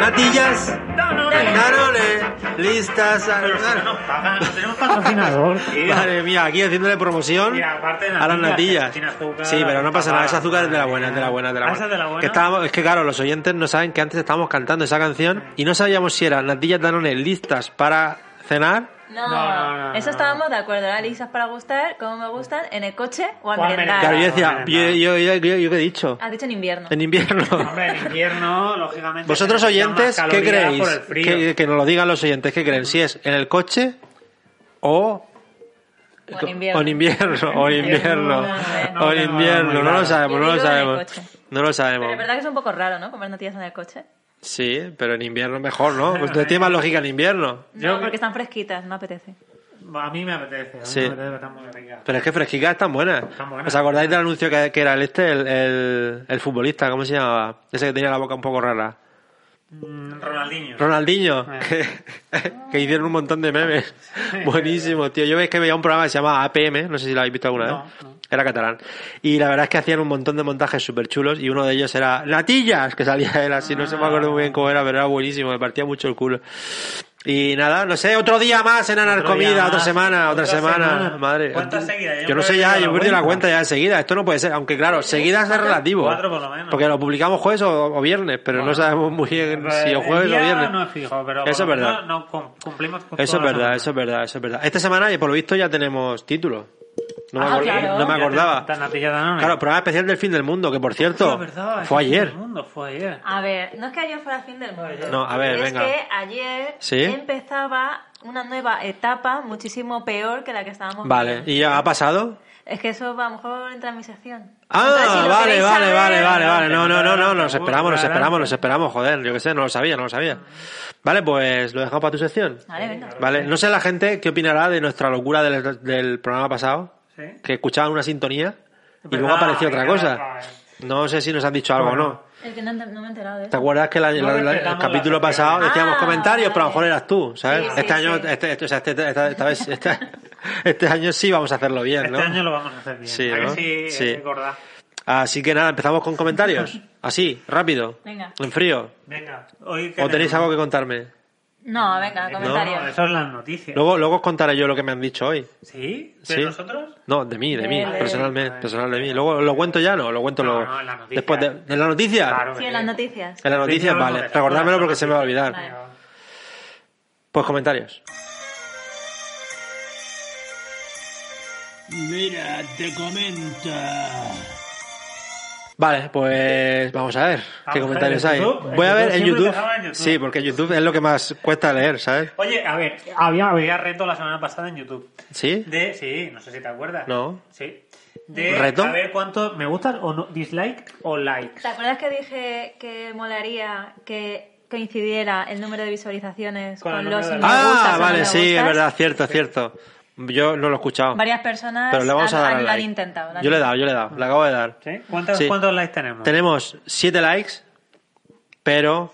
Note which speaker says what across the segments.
Speaker 1: Natillas, darole, listas. a-
Speaker 2: Pero si no nos pagan, no tenemos patrocinador. tío.
Speaker 1: Madre mía, aquí haciéndole promoción
Speaker 2: Y aparte
Speaker 1: a las
Speaker 2: natillas,
Speaker 1: natillas.
Speaker 2: que tiene azúcar,
Speaker 1: Sí, pero no pasa nada, esa azúcar es de la buena, es de la buena, es de la
Speaker 2: Ah,
Speaker 1: buena.
Speaker 2: esa es de la buena.
Speaker 1: Que estábamos- es que claro, los oyentes no saben que antes estábamos cantando esa canción y no sabíamos si eran natillas danone listas para cenar
Speaker 2: No,
Speaker 3: No,
Speaker 2: no, no, no,
Speaker 3: eso
Speaker 2: no.
Speaker 3: estábamos de acuerdo. Eran lisas para gustar, como me gustan, en el coche o al
Speaker 2: O al
Speaker 3: merendar.
Speaker 1: Claro, yo decía,
Speaker 2: merendar. no,
Speaker 1: yo,
Speaker 2: no.
Speaker 1: yo, yo- yo- yo qué he dicho,
Speaker 3: Has dicho en invierno.
Speaker 1: en invierno.
Speaker 2: Hombre, en invierno, lógicamente.
Speaker 1: Vosotros
Speaker 2: se necesitan
Speaker 1: oyentes,
Speaker 2: más
Speaker 1: ¿qué
Speaker 2: calorías
Speaker 1: creéis?
Speaker 2: por el frío.
Speaker 1: Que, que nos lo digan los oyentes, ¿qué creen? Si es en el coche o...
Speaker 3: O en invierno.
Speaker 1: O en invierno, o en invierno,
Speaker 3: No sé,
Speaker 2: no
Speaker 1: o en
Speaker 2: tengo
Speaker 1: invierno,
Speaker 2: muy
Speaker 1: no
Speaker 2: claro.
Speaker 1: lo sabemos,
Speaker 3: Yo
Speaker 1: no lo
Speaker 3: digo en el
Speaker 1: sabemos.
Speaker 3: coche.
Speaker 1: No lo
Speaker 3: Pero
Speaker 1: sabemos.
Speaker 3: es verdad que es un poco raro, ¿no? Comer natillas en el coche.
Speaker 1: Sí, pero en invierno mejor, ¿no? Pues tiene más lógica en invierno.
Speaker 2: Yo
Speaker 3: No,
Speaker 2: que-
Speaker 3: porque están fresquitas, no apetece.
Speaker 2: A mí me apetece. A mí
Speaker 1: Sí.
Speaker 2: me apetece, está muy rica.
Speaker 1: Pero es que fresquitas están buenas.
Speaker 2: Están buenas.
Speaker 1: ¿Os acordáis del anuncio que, que era el este, el, el, el futbolista, ¿cómo se llamaba? Ese que tenía la boca un poco rara.
Speaker 2: Mm, Ronaldinho.
Speaker 1: Ronaldinho,
Speaker 2: Eh.
Speaker 1: que, que hicieron un montón de memes. Buenísimo, tío. Yo veis que veía un programa que se llama APM, no sé si lo habéis visto alguna
Speaker 2: No,
Speaker 1: vez.
Speaker 2: no.
Speaker 1: Era catalán. Y la verdad es que hacían un montón de montajes súper chulos y uno de ellos era Natillas, que salía él así, no se me acuerdo muy bien cómo era, pero era buenísimo, me partía mucho el culo. Y nada, no sé, otro día más en
Speaker 2: día
Speaker 1: Anarcomida,
Speaker 2: más.
Speaker 1: otra semana, otra,
Speaker 2: Otra
Speaker 1: semana.
Speaker 2: semana.
Speaker 1: Madre.
Speaker 2: ¿Cuántas seguidas?
Speaker 1: Yo,
Speaker 2: Yo
Speaker 1: no sé
Speaker 2: perdí
Speaker 1: ya,
Speaker 2: la
Speaker 1: yo he perdido la
Speaker 2: cuenta.
Speaker 1: cuenta ya de seguida. Esto no puede ser, aunque claro, seguidas es relativo.
Speaker 2: Cuatro por lo menos.
Speaker 1: Porque lo publicamos jueves o, o viernes, pero no sabemos muy bien si o
Speaker 2: Eh, El
Speaker 1: jueves o
Speaker 2: día
Speaker 1: viernes.
Speaker 2: No es fijo, pero.
Speaker 1: Eso es
Speaker 2: por lo
Speaker 1: verdad.
Speaker 2: menos No, cum- cumplimos con
Speaker 1: Eso es
Speaker 2: todas las
Speaker 1: verdad,
Speaker 2: semanas.
Speaker 1: eso es verdad, eso es verdad. Esta semana, por lo visto, ya tenemos título. No me,
Speaker 3: Ah,
Speaker 1: acor-
Speaker 3: claro.
Speaker 1: no me
Speaker 2: Ya
Speaker 1: acordaba.
Speaker 2: tenemos tan natilla Danone.
Speaker 1: Claro, programa especial del fin del mundo, que por
Speaker 2: Hostia,
Speaker 1: cierto,
Speaker 2: verdad,
Speaker 1: fue
Speaker 2: es que
Speaker 1: ayer. Ah.
Speaker 2: todo el mundo fue ayer.
Speaker 3: A ver, no es que ayer fuera fin del mundo.
Speaker 1: No, a ver,
Speaker 3: es
Speaker 1: venga.
Speaker 3: que ayer
Speaker 1: ¿Sí?
Speaker 3: empezaba una nueva etapa muchísimo peor que la que estábamos
Speaker 1: Vale,
Speaker 3: viviendo.
Speaker 1: ¿y ya ha pasado?
Speaker 3: Es que eso va a lo mejor entra en mi sección. Entonces, si
Speaker 1: Ah,
Speaker 3: lo
Speaker 1: vale,
Speaker 3: queréis
Speaker 1: vale,
Speaker 3: saber-
Speaker 1: vale, vale, vale. No, no, no, no, nos
Speaker 2: Adelante,
Speaker 1: esperamos, nos
Speaker 2: adelante.
Speaker 1: esperamos, nos esperamos, joder, yo qué sé, no lo sabía, no lo sabía. Vale, pues lo dejamos para tu sección.
Speaker 3: Vale, venga.
Speaker 1: Vale, no sé la gente qué opinará de nuestra locura del, del programa pasado,
Speaker 2: Sí.
Speaker 1: que escuchaban una sintonía y
Speaker 2: Verdad,
Speaker 1: luego apareció otra
Speaker 2: ya,
Speaker 1: cosa.
Speaker 2: otra vez.
Speaker 1: No sé si nos han dicho algo o
Speaker 2: Bueno.
Speaker 1: no.
Speaker 3: Es que no, ent- no me he enterado de
Speaker 1: ¿Te
Speaker 3: eso.
Speaker 1: acuerdas que el, año-
Speaker 2: No
Speaker 1: el- el- el
Speaker 2: respetamos
Speaker 1: capítulo
Speaker 2: las
Speaker 1: pasado
Speaker 2: opciones.
Speaker 1: decíamos
Speaker 3: Ah,
Speaker 1: comentarios, pero a lo
Speaker 3: vale.
Speaker 1: mejor eras tú, ¿sabes?
Speaker 3: Sí, sí,
Speaker 1: este año,
Speaker 3: sí.
Speaker 1: Este, este- o sea, este, esta, esta vez, esta- este año sí vamos a hacerlo bien, ¿no?
Speaker 2: Este año lo vamos a hacer bien.
Speaker 1: Sí,
Speaker 2: ¿A que
Speaker 1: ¿no?
Speaker 2: sí,
Speaker 1: Sí.
Speaker 2: sí, gorda?
Speaker 1: Así que nada, empezamos con comentarios. Así, rápido.
Speaker 3: Venga.
Speaker 1: En frío.
Speaker 2: Venga. Hoy
Speaker 1: ¿O tenéis
Speaker 2: tenemos-
Speaker 1: algo que contarme?
Speaker 3: No, venga, comentario.
Speaker 2: No, eso es las noticias.
Speaker 1: Luego, luego os contaré yo lo que me han dicho hoy.
Speaker 2: ¿Sí? ¿De
Speaker 1: Sí.
Speaker 2: nosotros?
Speaker 1: No, de mí, de mí,
Speaker 3: Vale.
Speaker 1: personalmente, personal de mí. Luego lo cuento ya, no, lo cuento
Speaker 2: No,
Speaker 1: luego.
Speaker 2: no, en la noticia.
Speaker 1: Después de, ¿en la noticia.
Speaker 2: Claro.
Speaker 3: Sí, en las noticias.
Speaker 1: En la noticia,
Speaker 2: Sí,
Speaker 1: vale.
Speaker 2: no, no,
Speaker 1: Recordármelo
Speaker 2: no,
Speaker 1: porque
Speaker 2: no,
Speaker 1: se me va a olvidar.
Speaker 3: Vale.
Speaker 1: Pues comentarios.
Speaker 4: Mira, te comenta.
Speaker 1: Vale, pues vamos a ver
Speaker 2: a
Speaker 1: qué
Speaker 2: ver,
Speaker 1: comentarios
Speaker 2: ¿en
Speaker 1: hay.
Speaker 2: YouTube?
Speaker 1: Voy a ver
Speaker 2: ¿En YouTube?
Speaker 1: en
Speaker 2: Siempre
Speaker 1: YouTube.
Speaker 2: dejaba en YouTube.
Speaker 1: Sí, porque en YouTube es lo que más cuesta leer, ¿sabes?
Speaker 2: Oye, a ver, había, había reto la semana pasada en YouTube.
Speaker 1: ¿Sí?
Speaker 2: De, sí, no sé si te acuerdas.
Speaker 1: No.
Speaker 2: Sí. De,
Speaker 1: ¿Reto?
Speaker 2: A ver cuánto me gustas o no, dislike o likes.
Speaker 3: ¿Te acuerdas que dije que molaría que coincidiera el número de visualizaciones
Speaker 2: Con
Speaker 3: con,
Speaker 2: el número
Speaker 3: los
Speaker 2: de
Speaker 3: me
Speaker 2: likes.
Speaker 3: gustas o
Speaker 1: Ah,
Speaker 3: no
Speaker 1: vale,
Speaker 3: me
Speaker 1: sí, es
Speaker 3: gustas?
Speaker 1: verdad, cierto, cierto. Yo no lo he escuchado.
Speaker 3: Varias personas
Speaker 1: Pero le vamos a
Speaker 3: han-
Speaker 1: dar
Speaker 3: han-
Speaker 1: al
Speaker 3: lo han
Speaker 1: like.
Speaker 3: intentado. lo han
Speaker 1: Yo le he
Speaker 3: intentado.
Speaker 1: dado, yo le he dado, le acabo de dar.
Speaker 2: ¿Sí? ¿Cuántos,
Speaker 1: Sí.
Speaker 2: ¿Cuántos likes tenemos?
Speaker 1: Tenemos 7 likes, pero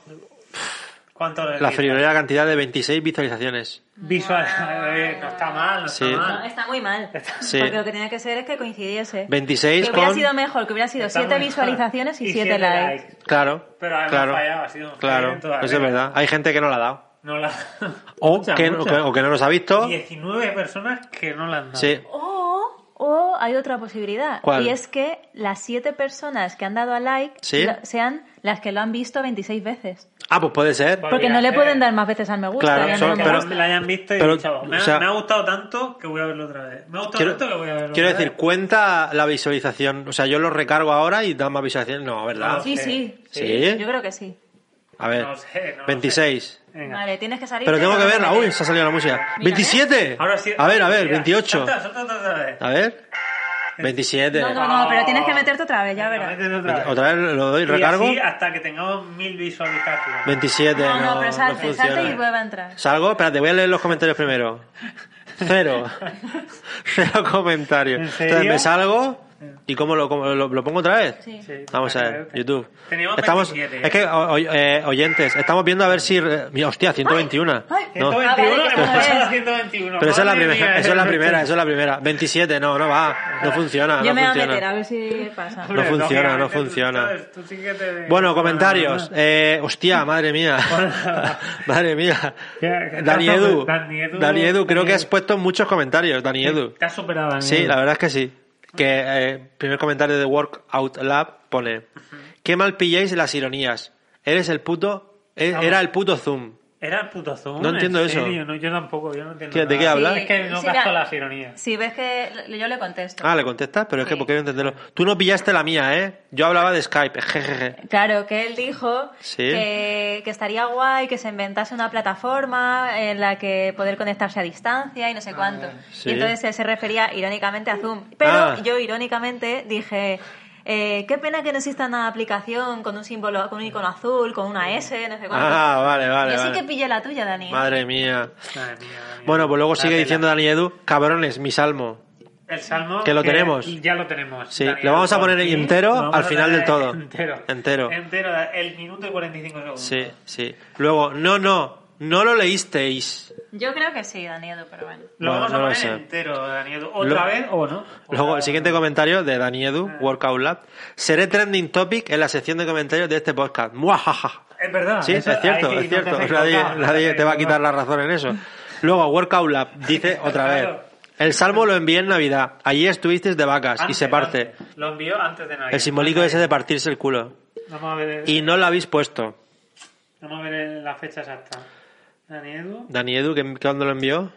Speaker 2: ¿Cuántos
Speaker 1: la
Speaker 2: likes?
Speaker 1: friolera cantidad de 26 visualizaciones.
Speaker 2: Visual. A ver, no está mal, no
Speaker 1: Sí.
Speaker 2: está
Speaker 3: No,
Speaker 2: mal.
Speaker 3: está muy mal.
Speaker 1: Sí.
Speaker 3: Porque lo que tenía que ser es que coincidiese.
Speaker 1: 26
Speaker 3: que hubiera
Speaker 1: con-
Speaker 3: sido mejor, que hubiera sido
Speaker 2: Está
Speaker 3: 7
Speaker 2: muy-
Speaker 3: visualizaciones y 7
Speaker 2: siete
Speaker 3: likes.
Speaker 1: Claro.
Speaker 2: Pero además
Speaker 1: claro,
Speaker 2: ha fallado, ha sido un fallo
Speaker 1: Claro,
Speaker 2: en toda
Speaker 1: eso es
Speaker 2: regla.
Speaker 1: verdad. Hay gente que no la ha dado.
Speaker 2: No la...
Speaker 1: O,
Speaker 2: Mucha,
Speaker 1: que,
Speaker 2: mucha.
Speaker 1: o que- o que no nos ha visto.
Speaker 2: 19 personas que no la han dado.
Speaker 1: Sí.
Speaker 3: O, o hay otra posibilidad.
Speaker 1: ¿Cuál?
Speaker 3: Y es que las siete personas que han dado a like
Speaker 1: ¿Sí?
Speaker 3: lo- sean las que lo han visto 26 veces.
Speaker 1: Ah, pues puede ser.
Speaker 2: Podría
Speaker 3: Porque no le
Speaker 2: ser.
Speaker 3: pueden dar más veces al me gusta.
Speaker 1: Claro,
Speaker 3: ya no
Speaker 1: solo-
Speaker 3: me
Speaker 1: pero-
Speaker 3: gusta.
Speaker 2: me la hayan visto y
Speaker 1: pero,
Speaker 2: chavo, me, ha,
Speaker 1: o sea-
Speaker 2: me ha gustado tanto que voy a verlo otra vez. Me ha gustado
Speaker 1: Quiero,
Speaker 2: tanto que voy a verlo
Speaker 1: quiero
Speaker 2: otra
Speaker 1: decir,
Speaker 2: vez.
Speaker 1: cuenta la visualización. O sea, yo lo recargo ahora y da más visualizaciones. No, ¿verdad?
Speaker 2: Ah,
Speaker 3: Sí, sí.
Speaker 1: Sí.
Speaker 3: Yo creo que sí.
Speaker 1: A ver,
Speaker 2: No sé, no lo
Speaker 1: 26.
Speaker 2: sé. Venga.
Speaker 3: Vale, tienes que salir.
Speaker 1: Pero tengo que verla. Uy, se ha salido la música.
Speaker 3: Mira,
Speaker 1: ¡27!
Speaker 2: ¿eh? Ahora sí.
Speaker 1: A ver, a ver,
Speaker 2: Mira,
Speaker 1: 28.
Speaker 2: Salta, salta, salta otra vez.
Speaker 1: A ver. 27.
Speaker 3: No, no, no, pero tienes que meterte otra vez, ya
Speaker 2: Venga,
Speaker 3: verás.
Speaker 2: métete otra vez.
Speaker 1: Otra vez lo doy, recargo.
Speaker 2: Y así hasta que tengamos mil visualizaciones.
Speaker 1: 27.
Speaker 3: No, no, pero
Speaker 1: no
Speaker 3: salte, salte y
Speaker 1: funciona.
Speaker 3: vuelve a entrar.
Speaker 1: ¿Salgo? Espérate, voy a leer los comentarios primero. Cero. Cero comentarios.
Speaker 2: ¿En serio?
Speaker 1: Entonces me salgo y ¿cómo lo, cómo lo- lo pongo otra vez?
Speaker 3: Sí.
Speaker 2: Sí,
Speaker 1: Vamos a
Speaker 2: para
Speaker 1: ver,
Speaker 2: que-
Speaker 1: YouTube.
Speaker 2: Teníamos
Speaker 1: estamos,
Speaker 2: 27,
Speaker 1: Es que, o- oy- eh, oyentes, estamos viendo a ver si... re- Mira, hostia, 121.
Speaker 3: Ay,
Speaker 1: No.
Speaker 2: 121,
Speaker 3: Ah, vale, que
Speaker 2: hemos
Speaker 3: esto
Speaker 2: pasado
Speaker 3: es.
Speaker 2: a 121.
Speaker 1: Pero esa es la
Speaker 2: Madre
Speaker 1: primera,
Speaker 2: mía,
Speaker 1: eso es la primera, eso es la primera. 27, no, no va, no funciona,
Speaker 3: Yo
Speaker 1: no
Speaker 3: me voy a meter,
Speaker 1: funciona.
Speaker 3: a ver si pasa.
Speaker 1: No funciona, no
Speaker 2: lógicamente, pues tú
Speaker 1: funciona.
Speaker 2: sabes, tú sí que te-
Speaker 1: Bueno, comentarios. Eh, hostia, madre mía. madre mía.
Speaker 2: ¿Qué- qué
Speaker 1: Dani
Speaker 2: tal,
Speaker 1: Edu.
Speaker 2: Dani Edu? Eh.
Speaker 1: Dani Edu, creo
Speaker 2: Dani
Speaker 1: que has
Speaker 2: Edu.
Speaker 1: puesto muchos comentarios, Dani Edu.
Speaker 2: Te has superado, Dani.
Speaker 1: Sí, la verdad es que sí. Que eh, primer comentario de Workout Lab pone: Qué mal pilláis las ironías. Eres el puto. e-
Speaker 2: Vamos.
Speaker 1: Era el puto Zoom.
Speaker 2: Era el puto zoom.
Speaker 1: No entiendo
Speaker 2: ¿en
Speaker 1: eso.
Speaker 2: serio? No, yo tampoco, yo no entiendo.
Speaker 1: ¿Qué- de
Speaker 2: nada.
Speaker 1: qué hablas?
Speaker 2: Es que no
Speaker 3: Sí,
Speaker 2: gasto
Speaker 3: mira.
Speaker 2: las ironías.
Speaker 3: Si ves que yo le contesto.
Speaker 1: Ah, le contestas, pero es que
Speaker 3: Sí.
Speaker 1: porque no entenderlo. Tú no pillaste la mía, ¿eh? Yo hablaba de Skype. Jejeje.
Speaker 3: Claro, que él dijo
Speaker 1: Sí.
Speaker 3: que, que estaría guay que se inventase una plataforma en la que poder conectarse a distancia y no sé cuánto.
Speaker 1: Sí.
Speaker 3: Y entonces él se refería irónicamente a Zoom. Pero
Speaker 1: Ah.
Speaker 3: yo irónicamente dije, eh, qué pena que no exista una aplicación con un símbolo, con un icono azul, con una S, no sé cuánto.
Speaker 1: Ah, vale, vale.
Speaker 3: yo sí
Speaker 1: vale.
Speaker 3: que pillé la tuya, Dani.
Speaker 1: Madre mía.
Speaker 2: Madre mía, Dani Edu.
Speaker 1: Bueno, pues luego
Speaker 2: La
Speaker 1: sigue
Speaker 2: pela.
Speaker 1: diciendo Dani Edu: Cabrones, mi salmo.
Speaker 2: El salmo.
Speaker 1: Que lo tenemos.
Speaker 2: Ya lo tenemos.
Speaker 1: Sí,
Speaker 2: Dani
Speaker 1: lo vamos
Speaker 2: Edu,
Speaker 1: a poner
Speaker 2: por fin.
Speaker 1: entero
Speaker 2: Lo vamos
Speaker 1: al
Speaker 2: a
Speaker 1: final
Speaker 2: poner
Speaker 1: del todo.
Speaker 2: Entero.
Speaker 1: Entero.
Speaker 2: Entero, el minuto y 45 segundos.
Speaker 1: Sí, sí. Luego, no, no. No lo leísteis.
Speaker 3: Yo creo que sí, Dani, Edu, pero bueno.
Speaker 2: Lo
Speaker 1: No,
Speaker 2: vamos
Speaker 1: no lo
Speaker 2: a poner
Speaker 1: sé.
Speaker 2: entero, Dani Edu. ¿Otra
Speaker 1: Lo-
Speaker 2: vez o no?
Speaker 1: Luego, el siguiente comentario de Dani Edu,
Speaker 2: Ah.
Speaker 1: Workout Lab. Seré trending topic en la sección de comentarios de este podcast. ¡Muajaja!
Speaker 2: Es verdad.
Speaker 1: Sí,
Speaker 2: Ah, eso-
Speaker 1: es cierto,
Speaker 2: ahí sí
Speaker 1: es
Speaker 2: no te
Speaker 1: cierto.
Speaker 2: has
Speaker 1: Nadie,
Speaker 2: equivocado,
Speaker 1: nadie
Speaker 2: no
Speaker 1: te va a
Speaker 2: has
Speaker 1: quitar la razón en eso. Luego, Workout Lab dice otra vez.
Speaker 2: Claro.
Speaker 1: El salmo lo envié en Navidad. Allí estuvisteis de vacas y
Speaker 2: Antes,
Speaker 1: se parte.
Speaker 2: antes. Lo envió antes de Navidad.
Speaker 1: El simbólico ese de partirse el culo.
Speaker 2: Vamos a ver, el-
Speaker 1: Y no lo habéis puesto.
Speaker 2: vamos a ver el- la fecha exacta. Dani Edu.
Speaker 1: Dani Edu, ¿qué- ¿cuándo lo envió?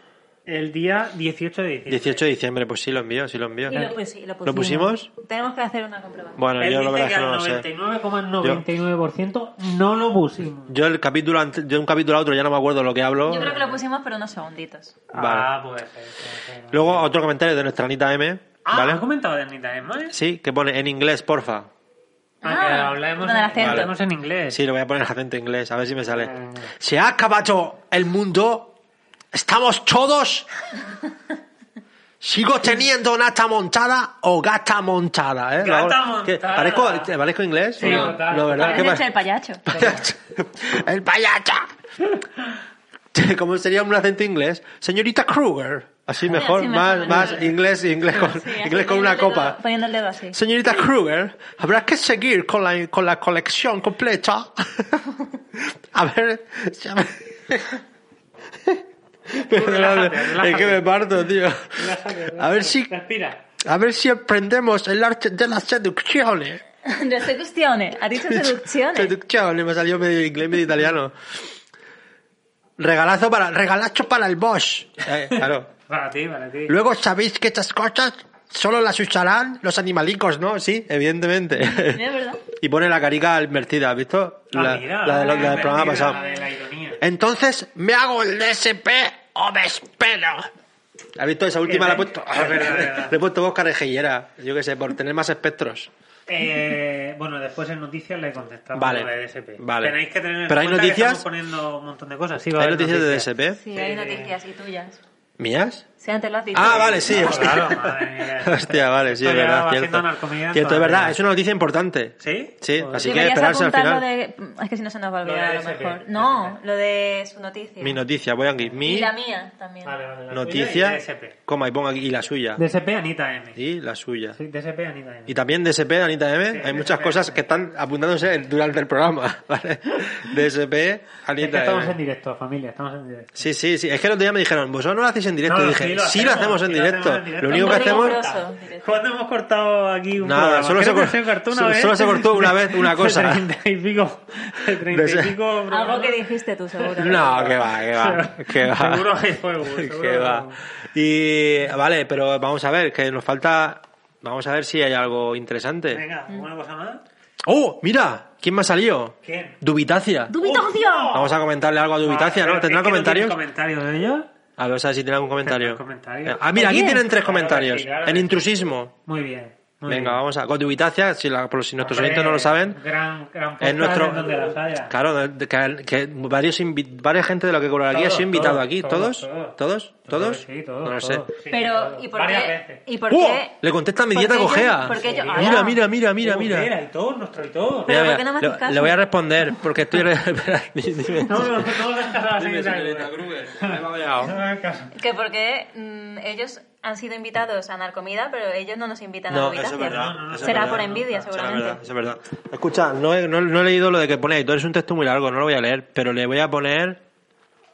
Speaker 2: El día 18 de diciembre.
Speaker 1: 18 de diciembre, pues sí lo envió, sí lo envió.
Speaker 3: Y lo, pues sí,
Speaker 1: ¿Lo pusimos?
Speaker 3: Tenemos que hacer una comprobación.
Speaker 1: Bueno,
Speaker 2: Él
Speaker 1: yo la
Speaker 2: dice
Speaker 1: verdad
Speaker 2: que
Speaker 1: es que no
Speaker 2: al
Speaker 1: lo sé.
Speaker 2: 99,99% no lo pusimos.
Speaker 1: Yo el capítulo ante- de un capítulo a otro ya no me acuerdo lo que hablo.
Speaker 3: Yo creo que lo pusimos, pero unos segunditos.
Speaker 1: Vale.
Speaker 2: Ah, pues. eh, eh, eh.
Speaker 1: Luego otro comentario de nuestra Anita M,
Speaker 2: Ah,
Speaker 1: ¿vale?
Speaker 2: ¿has comentado de Anita Emma? eh?
Speaker 1: Sí, que pone en inglés, porfa.
Speaker 2: Ah, que
Speaker 3: Ah,
Speaker 2: hablemos,
Speaker 3: con el
Speaker 2: en,
Speaker 3: acento.
Speaker 2: hablemos en inglés.
Speaker 1: Sí, lo voy a poner en acento inglés, a ver si me sale.
Speaker 2: Mm.
Speaker 1: Se ha acabado el mundo. Estamos todos. Sigo teniendo nata montada o gata montada, ¿eh?
Speaker 2: Gata
Speaker 1: Lo hago- ¿Qué?
Speaker 2: montada.
Speaker 1: ¿Parezco, te- ¿Parezco inglés?
Speaker 2: Sí,
Speaker 1: no,
Speaker 2: total.
Speaker 1: no, ¿verdad?
Speaker 3: Parece
Speaker 1: ¿Qué
Speaker 3: hecho
Speaker 1: pasa?
Speaker 3: el payacho.
Speaker 1: Payacho. ¡El payacho! ¿Cómo sería un acento inglés? Señorita Kruger. Así mejor,
Speaker 3: así
Speaker 1: más,
Speaker 3: mejor.
Speaker 1: más inglés, inglés con,
Speaker 3: Sí, así
Speaker 1: inglés con
Speaker 3: poniendo
Speaker 1: una
Speaker 3: el dedo-
Speaker 1: copa.
Speaker 3: Poniendo el dedo así.
Speaker 1: Señorita Kruger, habrá que seguir con la, con la colección completa. A ver, ya me- Perdóname,
Speaker 2: relájate, relájate.
Speaker 1: es que me parto, tío. A ver si,
Speaker 2: Respira.
Speaker 1: a ver si aprendemos el arte de las seducciones.
Speaker 3: De seducciones. Ha dicho seducciones.
Speaker 1: Seducciones, me salió medio inglés, medio italiano. Regalazo para, regalacho para el Bosch. Eh, claro.
Speaker 2: Para ti, para ti.
Speaker 1: Luego sabéis que estas cosas solo las usarán los animalicos, ¿no? Sí, evidentemente.
Speaker 3: Es ¿Eh, verdad.
Speaker 1: Y pone la carica invertida, ¿has visto?
Speaker 2: Ah,
Speaker 1: la,
Speaker 2: mira,
Speaker 1: la de lo- la del
Speaker 2: mira,
Speaker 1: programa
Speaker 2: mira,
Speaker 1: pasado.
Speaker 2: La de la ironía.
Speaker 1: Entonces, ¿me hago el DSP o me espero? ¿Has visto? Esa última
Speaker 2: Eh,
Speaker 1: la he puesto.
Speaker 2: es verdad, es verdad.
Speaker 1: Le he puesto voz carejillera, yo qué sé, por tener más espectros.
Speaker 2: Eh, bueno, después en noticias le contestamos
Speaker 1: Vale,
Speaker 2: lo de DSP.
Speaker 1: vale.
Speaker 2: Tenéis que tener en
Speaker 1: Pero hay
Speaker 2: cuenta que
Speaker 1: noticias-
Speaker 2: estamos poniendo un montón de cosas. Sí, va a
Speaker 1: ¿Hay
Speaker 2: haber
Speaker 1: noticias de DSP?
Speaker 3: Sí, hay noticias y tuyas.
Speaker 1: ¿Mías?
Speaker 3: Sí, antes lo has dicho.
Speaker 1: Ah, vale, sí.
Speaker 2: No,
Speaker 1: hostia.
Speaker 2: claro, madre mía.
Speaker 1: Hostia, vale, sí,
Speaker 2: Esto
Speaker 1: es
Speaker 2: ya
Speaker 1: verdad,
Speaker 2: va
Speaker 1: cierto.
Speaker 2: siendo narcomediante,
Speaker 1: Cierto, es
Speaker 2: madre
Speaker 1: verdad,
Speaker 2: mía.
Speaker 1: es una noticia importante.
Speaker 2: ¿Sí?
Speaker 1: Sí,
Speaker 2: Joder.
Speaker 1: así que
Speaker 3: Deberías
Speaker 1: esperarse al
Speaker 3: apuntar
Speaker 1: final.
Speaker 3: lo de... Es que si no se nos va a
Speaker 2: Lo
Speaker 3: olvidar
Speaker 2: de
Speaker 3: a lo
Speaker 2: DSP.
Speaker 3: mejor. No, lo de su noticia.
Speaker 1: Mi noticia, voy aquí.
Speaker 3: Y
Speaker 1: Mi
Speaker 3: la mía también.
Speaker 2: Vale, vale, la tuya
Speaker 1: noticia,
Speaker 2: y DSP.
Speaker 1: coma, y pongo aquí, y la suya.
Speaker 2: DSP Anita M.
Speaker 1: Y la suya.
Speaker 2: Sí, DSP Anita M.
Speaker 1: Y también DSP, Anita M.
Speaker 2: Sí,
Speaker 1: Hay muchas
Speaker 2: DSP.
Speaker 1: cosas que están apuntándose en- durante el programa, ¿vale? DSP,
Speaker 2: Es que
Speaker 1: Anita
Speaker 2: estamos
Speaker 1: M.
Speaker 2: en directo, familia, estamos en directo.
Speaker 1: Sí, sí, sí. Es que el otro día me dijeron, vosotros no lo hacéis en directo.
Speaker 2: No,
Speaker 1: y
Speaker 2: no,
Speaker 1: dije, sí
Speaker 2: sí lo
Speaker 1: lo, hacemos
Speaker 2: hacemos,
Speaker 1: en
Speaker 2: sí lo
Speaker 1: directo.
Speaker 2: hacemos en directo.
Speaker 1: Lo único que
Speaker 3: Muy
Speaker 1: hacemos...
Speaker 3: riguroso, directo.
Speaker 2: ¿Cuándo hemos cortado aquí un
Speaker 1: Nada,
Speaker 2: programa?
Speaker 1: solo se
Speaker 2: Creo que
Speaker 1: cor-
Speaker 2: cortó una
Speaker 1: so-
Speaker 2: vez.
Speaker 1: solo se cortó una vez una cosa.
Speaker 2: De treinta y pico. De treinta
Speaker 1: De
Speaker 2: y
Speaker 1: ese-
Speaker 2: pico.
Speaker 3: Algo
Speaker 2: programas.
Speaker 3: que dijiste tú, seguro.
Speaker 1: No, que va, que va. Que va.
Speaker 2: Seguro que fue, seguro
Speaker 1: que va. Y vale, pero vamos a ver, que nos falta... Vamos a ver si hay algo interesante.
Speaker 2: Venga, ¿una cosa más?
Speaker 1: ¡Oh, mira! ¿Quién me ha salido?
Speaker 2: ¿Quién?
Speaker 1: Dubitacia.
Speaker 3: ¡Dubitacio!
Speaker 2: ¡Oh!
Speaker 1: Vamos a comentarle algo a Dubitacia,
Speaker 2: Vale,
Speaker 1: ¿no?
Speaker 2: pero
Speaker 1: ¿Tendrá
Speaker 2: es que no tiene
Speaker 1: comentarios?
Speaker 2: comentario de ellos?
Speaker 1: A ver, o sea, si tiene algún comentario.
Speaker 2: Tendrá comentario.
Speaker 1: Ah, mira, aquí
Speaker 3: Bien.
Speaker 1: tienen tres
Speaker 2: Claro que
Speaker 1: comentarios.
Speaker 2: sí, claro
Speaker 1: En
Speaker 2: que sí.
Speaker 1: intrusismo.
Speaker 2: Muy bien. muy
Speaker 1: Venga,
Speaker 2: bien.
Speaker 1: vamos a. Con Dubitacia, si, la- por si nuestros
Speaker 2: Hombre,
Speaker 1: oyentes no lo saben.
Speaker 2: Gran, gran
Speaker 1: Es
Speaker 2: podcast
Speaker 1: nuestro.
Speaker 2: en donde las haya.
Speaker 1: Claro, de- que, que varios invi- varias gente de la que colaboraría
Speaker 2: Todos,
Speaker 1: se ha invitado
Speaker 2: todos,
Speaker 1: aquí.
Speaker 2: todos,
Speaker 1: ¿Todos?
Speaker 2: todos.
Speaker 1: ¿Todos? ¿Todos?
Speaker 2: Sí, todos.
Speaker 1: no lo sé.
Speaker 2: todos. Sí,
Speaker 3: Pero,
Speaker 2: todos.
Speaker 3: ¿y por
Speaker 2: Varias
Speaker 3: qué?
Speaker 2: veces.
Speaker 3: ¿Y por
Speaker 1: ¡Uh!
Speaker 3: qué?
Speaker 1: Le contestan
Speaker 3: ¿Por
Speaker 1: billete
Speaker 3: qué
Speaker 1: a
Speaker 3: yo-
Speaker 1: Cogea.
Speaker 3: por qué yo-
Speaker 1: Mira,
Speaker 3: ah.
Speaker 1: mira, mira, mira,
Speaker 2: Uy,
Speaker 1: mira.
Speaker 2: y todo, nuestro y todo.
Speaker 3: Pero
Speaker 1: Mira,
Speaker 3: ¿por qué no me
Speaker 1: mira,
Speaker 3: haces
Speaker 1: le,
Speaker 3: caso?
Speaker 1: le voy a responder porque estoy. Espera, dime.
Speaker 2: No, no, no, no le hagas caso a la
Speaker 1: Dime,
Speaker 2: señorita
Speaker 1: señorita
Speaker 2: Gruber.
Speaker 1: Gruber. Ahí va,
Speaker 2: No
Speaker 1: vaya.
Speaker 2: le hagas caso.
Speaker 3: Que porque mm, ellos han sido invitados a Narcomida, pero ellos no nos invitan a
Speaker 1: No, eso
Speaker 3: Dubitacia.
Speaker 1: es verdad. eso es
Speaker 3: Será
Speaker 1: verdad.
Speaker 3: por envidia,
Speaker 1: Eso es verdad,
Speaker 3: seguramente.
Speaker 1: eso es verdad. Escucha, no he, no- no he leído lo de que pone Aitor, es un texto muy largo, no lo voy a leer, pero le voy a poner.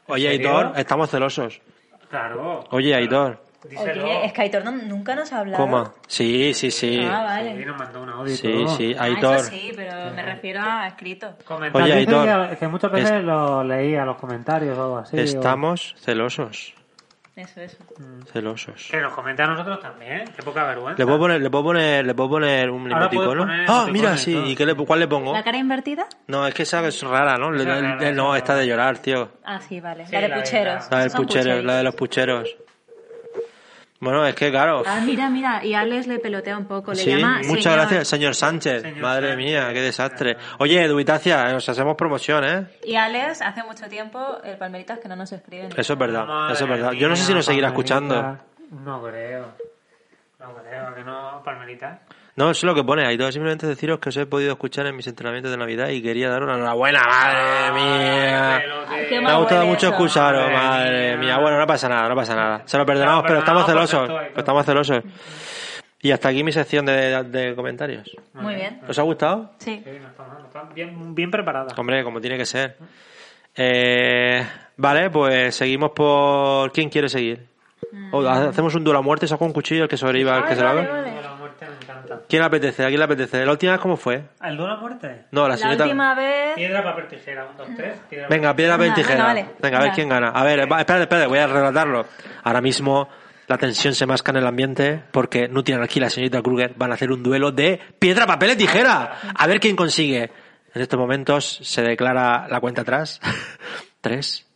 Speaker 1: Oye,
Speaker 2: ¿En serio?
Speaker 1: Aitor, estamos celosos.
Speaker 2: Claro.
Speaker 1: Oye, Aitor,
Speaker 2: Díselo.
Speaker 3: Oye, es que Aitor no- nunca nos ha hablado.
Speaker 1: coma. Sí, sí, sí.
Speaker 3: Ah,
Speaker 2: Sí,
Speaker 3: vale.
Speaker 2: nos mandó un audio y
Speaker 1: Sí,
Speaker 2: todo.
Speaker 1: sí,
Speaker 3: Ah,
Speaker 1: Aitor.
Speaker 3: eso sí, pero me refiero a escrito.
Speaker 2: Comentarios
Speaker 1: Oye, Aitor,
Speaker 2: que- que muchas veces lo leía los comentarios o algo así. o-
Speaker 1: Estamos celosos.
Speaker 3: Eso, eso.
Speaker 1: Celosos.
Speaker 2: Que nos comenta a nosotros también. Qué poca vergüenza.
Speaker 1: Le puedo poner, le puedo poner, le puedo poner un
Speaker 2: Ahora puedes
Speaker 1: emoticono.
Speaker 2: poner
Speaker 1: Ah,
Speaker 2: emoticones,
Speaker 1: mira, sí.
Speaker 2: todo.
Speaker 1: ¿Y qué le, cuál le pongo?
Speaker 3: ¿La cara invertida?
Speaker 1: No, es que esa es rara, ¿no? Le-
Speaker 2: Esa es rara,
Speaker 1: le- no,
Speaker 2: esa es
Speaker 1: esta de llorar, tío.
Speaker 3: Ah, sí, vale.
Speaker 2: Sí,
Speaker 3: la de
Speaker 2: la de-
Speaker 3: pucheros.
Speaker 1: La del
Speaker 3: Son
Speaker 1: puchero, la de los pucheros. Bueno, es que claro.
Speaker 3: Ah, mira, mira. Y Alex le pelotea un poco. Le
Speaker 1: Sí,
Speaker 3: llama
Speaker 1: muchas
Speaker 3: señor.
Speaker 1: gracias, señor Sánchez.
Speaker 2: Señor
Speaker 1: Madre
Speaker 2: Sánchez.
Speaker 1: mía, qué desastre. Oye, Dubitacia, eh, os hacemos promoción, ¿eh?
Speaker 3: Y Alex, hace mucho tiempo, el palmerito es que no nos escriben.
Speaker 1: Eso es verdad,
Speaker 2: Madre
Speaker 1: eso es verdad. Yo no sé
Speaker 2: mía,
Speaker 1: si nos seguirá
Speaker 2: Palmerita.
Speaker 1: escuchando.
Speaker 2: No creo. No creo que no, Palmerita.
Speaker 1: No, eso es lo que pone ahí. Todo simplemente deciros que os he podido escuchar en mis entrenamientos de Navidad y quería dar una enhorabuena, madre mía.
Speaker 3: Ay,
Speaker 2: Qué
Speaker 3: qué
Speaker 1: Me ha
Speaker 3: mal
Speaker 1: gustado
Speaker 3: huele
Speaker 1: mucho
Speaker 3: eso.
Speaker 1: escucharos,
Speaker 2: Madre
Speaker 1: madre
Speaker 2: mía.
Speaker 1: mía. Bueno, no pasa nada, no pasa nada. Se lo perdonamos,
Speaker 2: No,
Speaker 1: pero estamos
Speaker 2: perdonamos por
Speaker 1: celosos.
Speaker 2: esto,
Speaker 1: Estamos celosos. Y hasta aquí mi sección de, de comentarios.
Speaker 3: Muy bien.
Speaker 1: ¿Os ha gustado?
Speaker 3: Sí.
Speaker 2: Sí, no está mal, está bien, bien preparada.
Speaker 1: Hombre, como tiene que ser. Eh, vale, pues seguimos por. ¿Quién quiere seguir? O ha- hacemos un duelo a muerte, saco un cuchillo el que sobreviva, el que
Speaker 3: Ay,
Speaker 1: se lo
Speaker 3: Mm. vale,
Speaker 1: haga.
Speaker 3: vale.
Speaker 2: Duelo a muerte me encanta.
Speaker 1: ¿Quién le apetece? ¿A quién le apetece? ¿La última vez cómo fue?
Speaker 2: ¿El duelo a muerte?
Speaker 1: No, la
Speaker 3: La
Speaker 1: señorita.
Speaker 3: última vez...
Speaker 2: Piedra, papel, tijera. Un, dos, tres. Piedra,
Speaker 1: Venga, piedra, papel,
Speaker 3: Venga,
Speaker 1: tijera.
Speaker 3: venga, vale.
Speaker 1: Venga, a ver
Speaker 3: Venga.
Speaker 1: quién gana. A ver, va, espérate, espérate, voy a relatarlo. Ahora mismo la tensión se masca en el ambiente porque no tienen aquí la señorita Kruger. Van a hacer un duelo de piedra, papel y tijera. A ver quién consigue. En estos momentos se declara la cuenta atrás. Tres,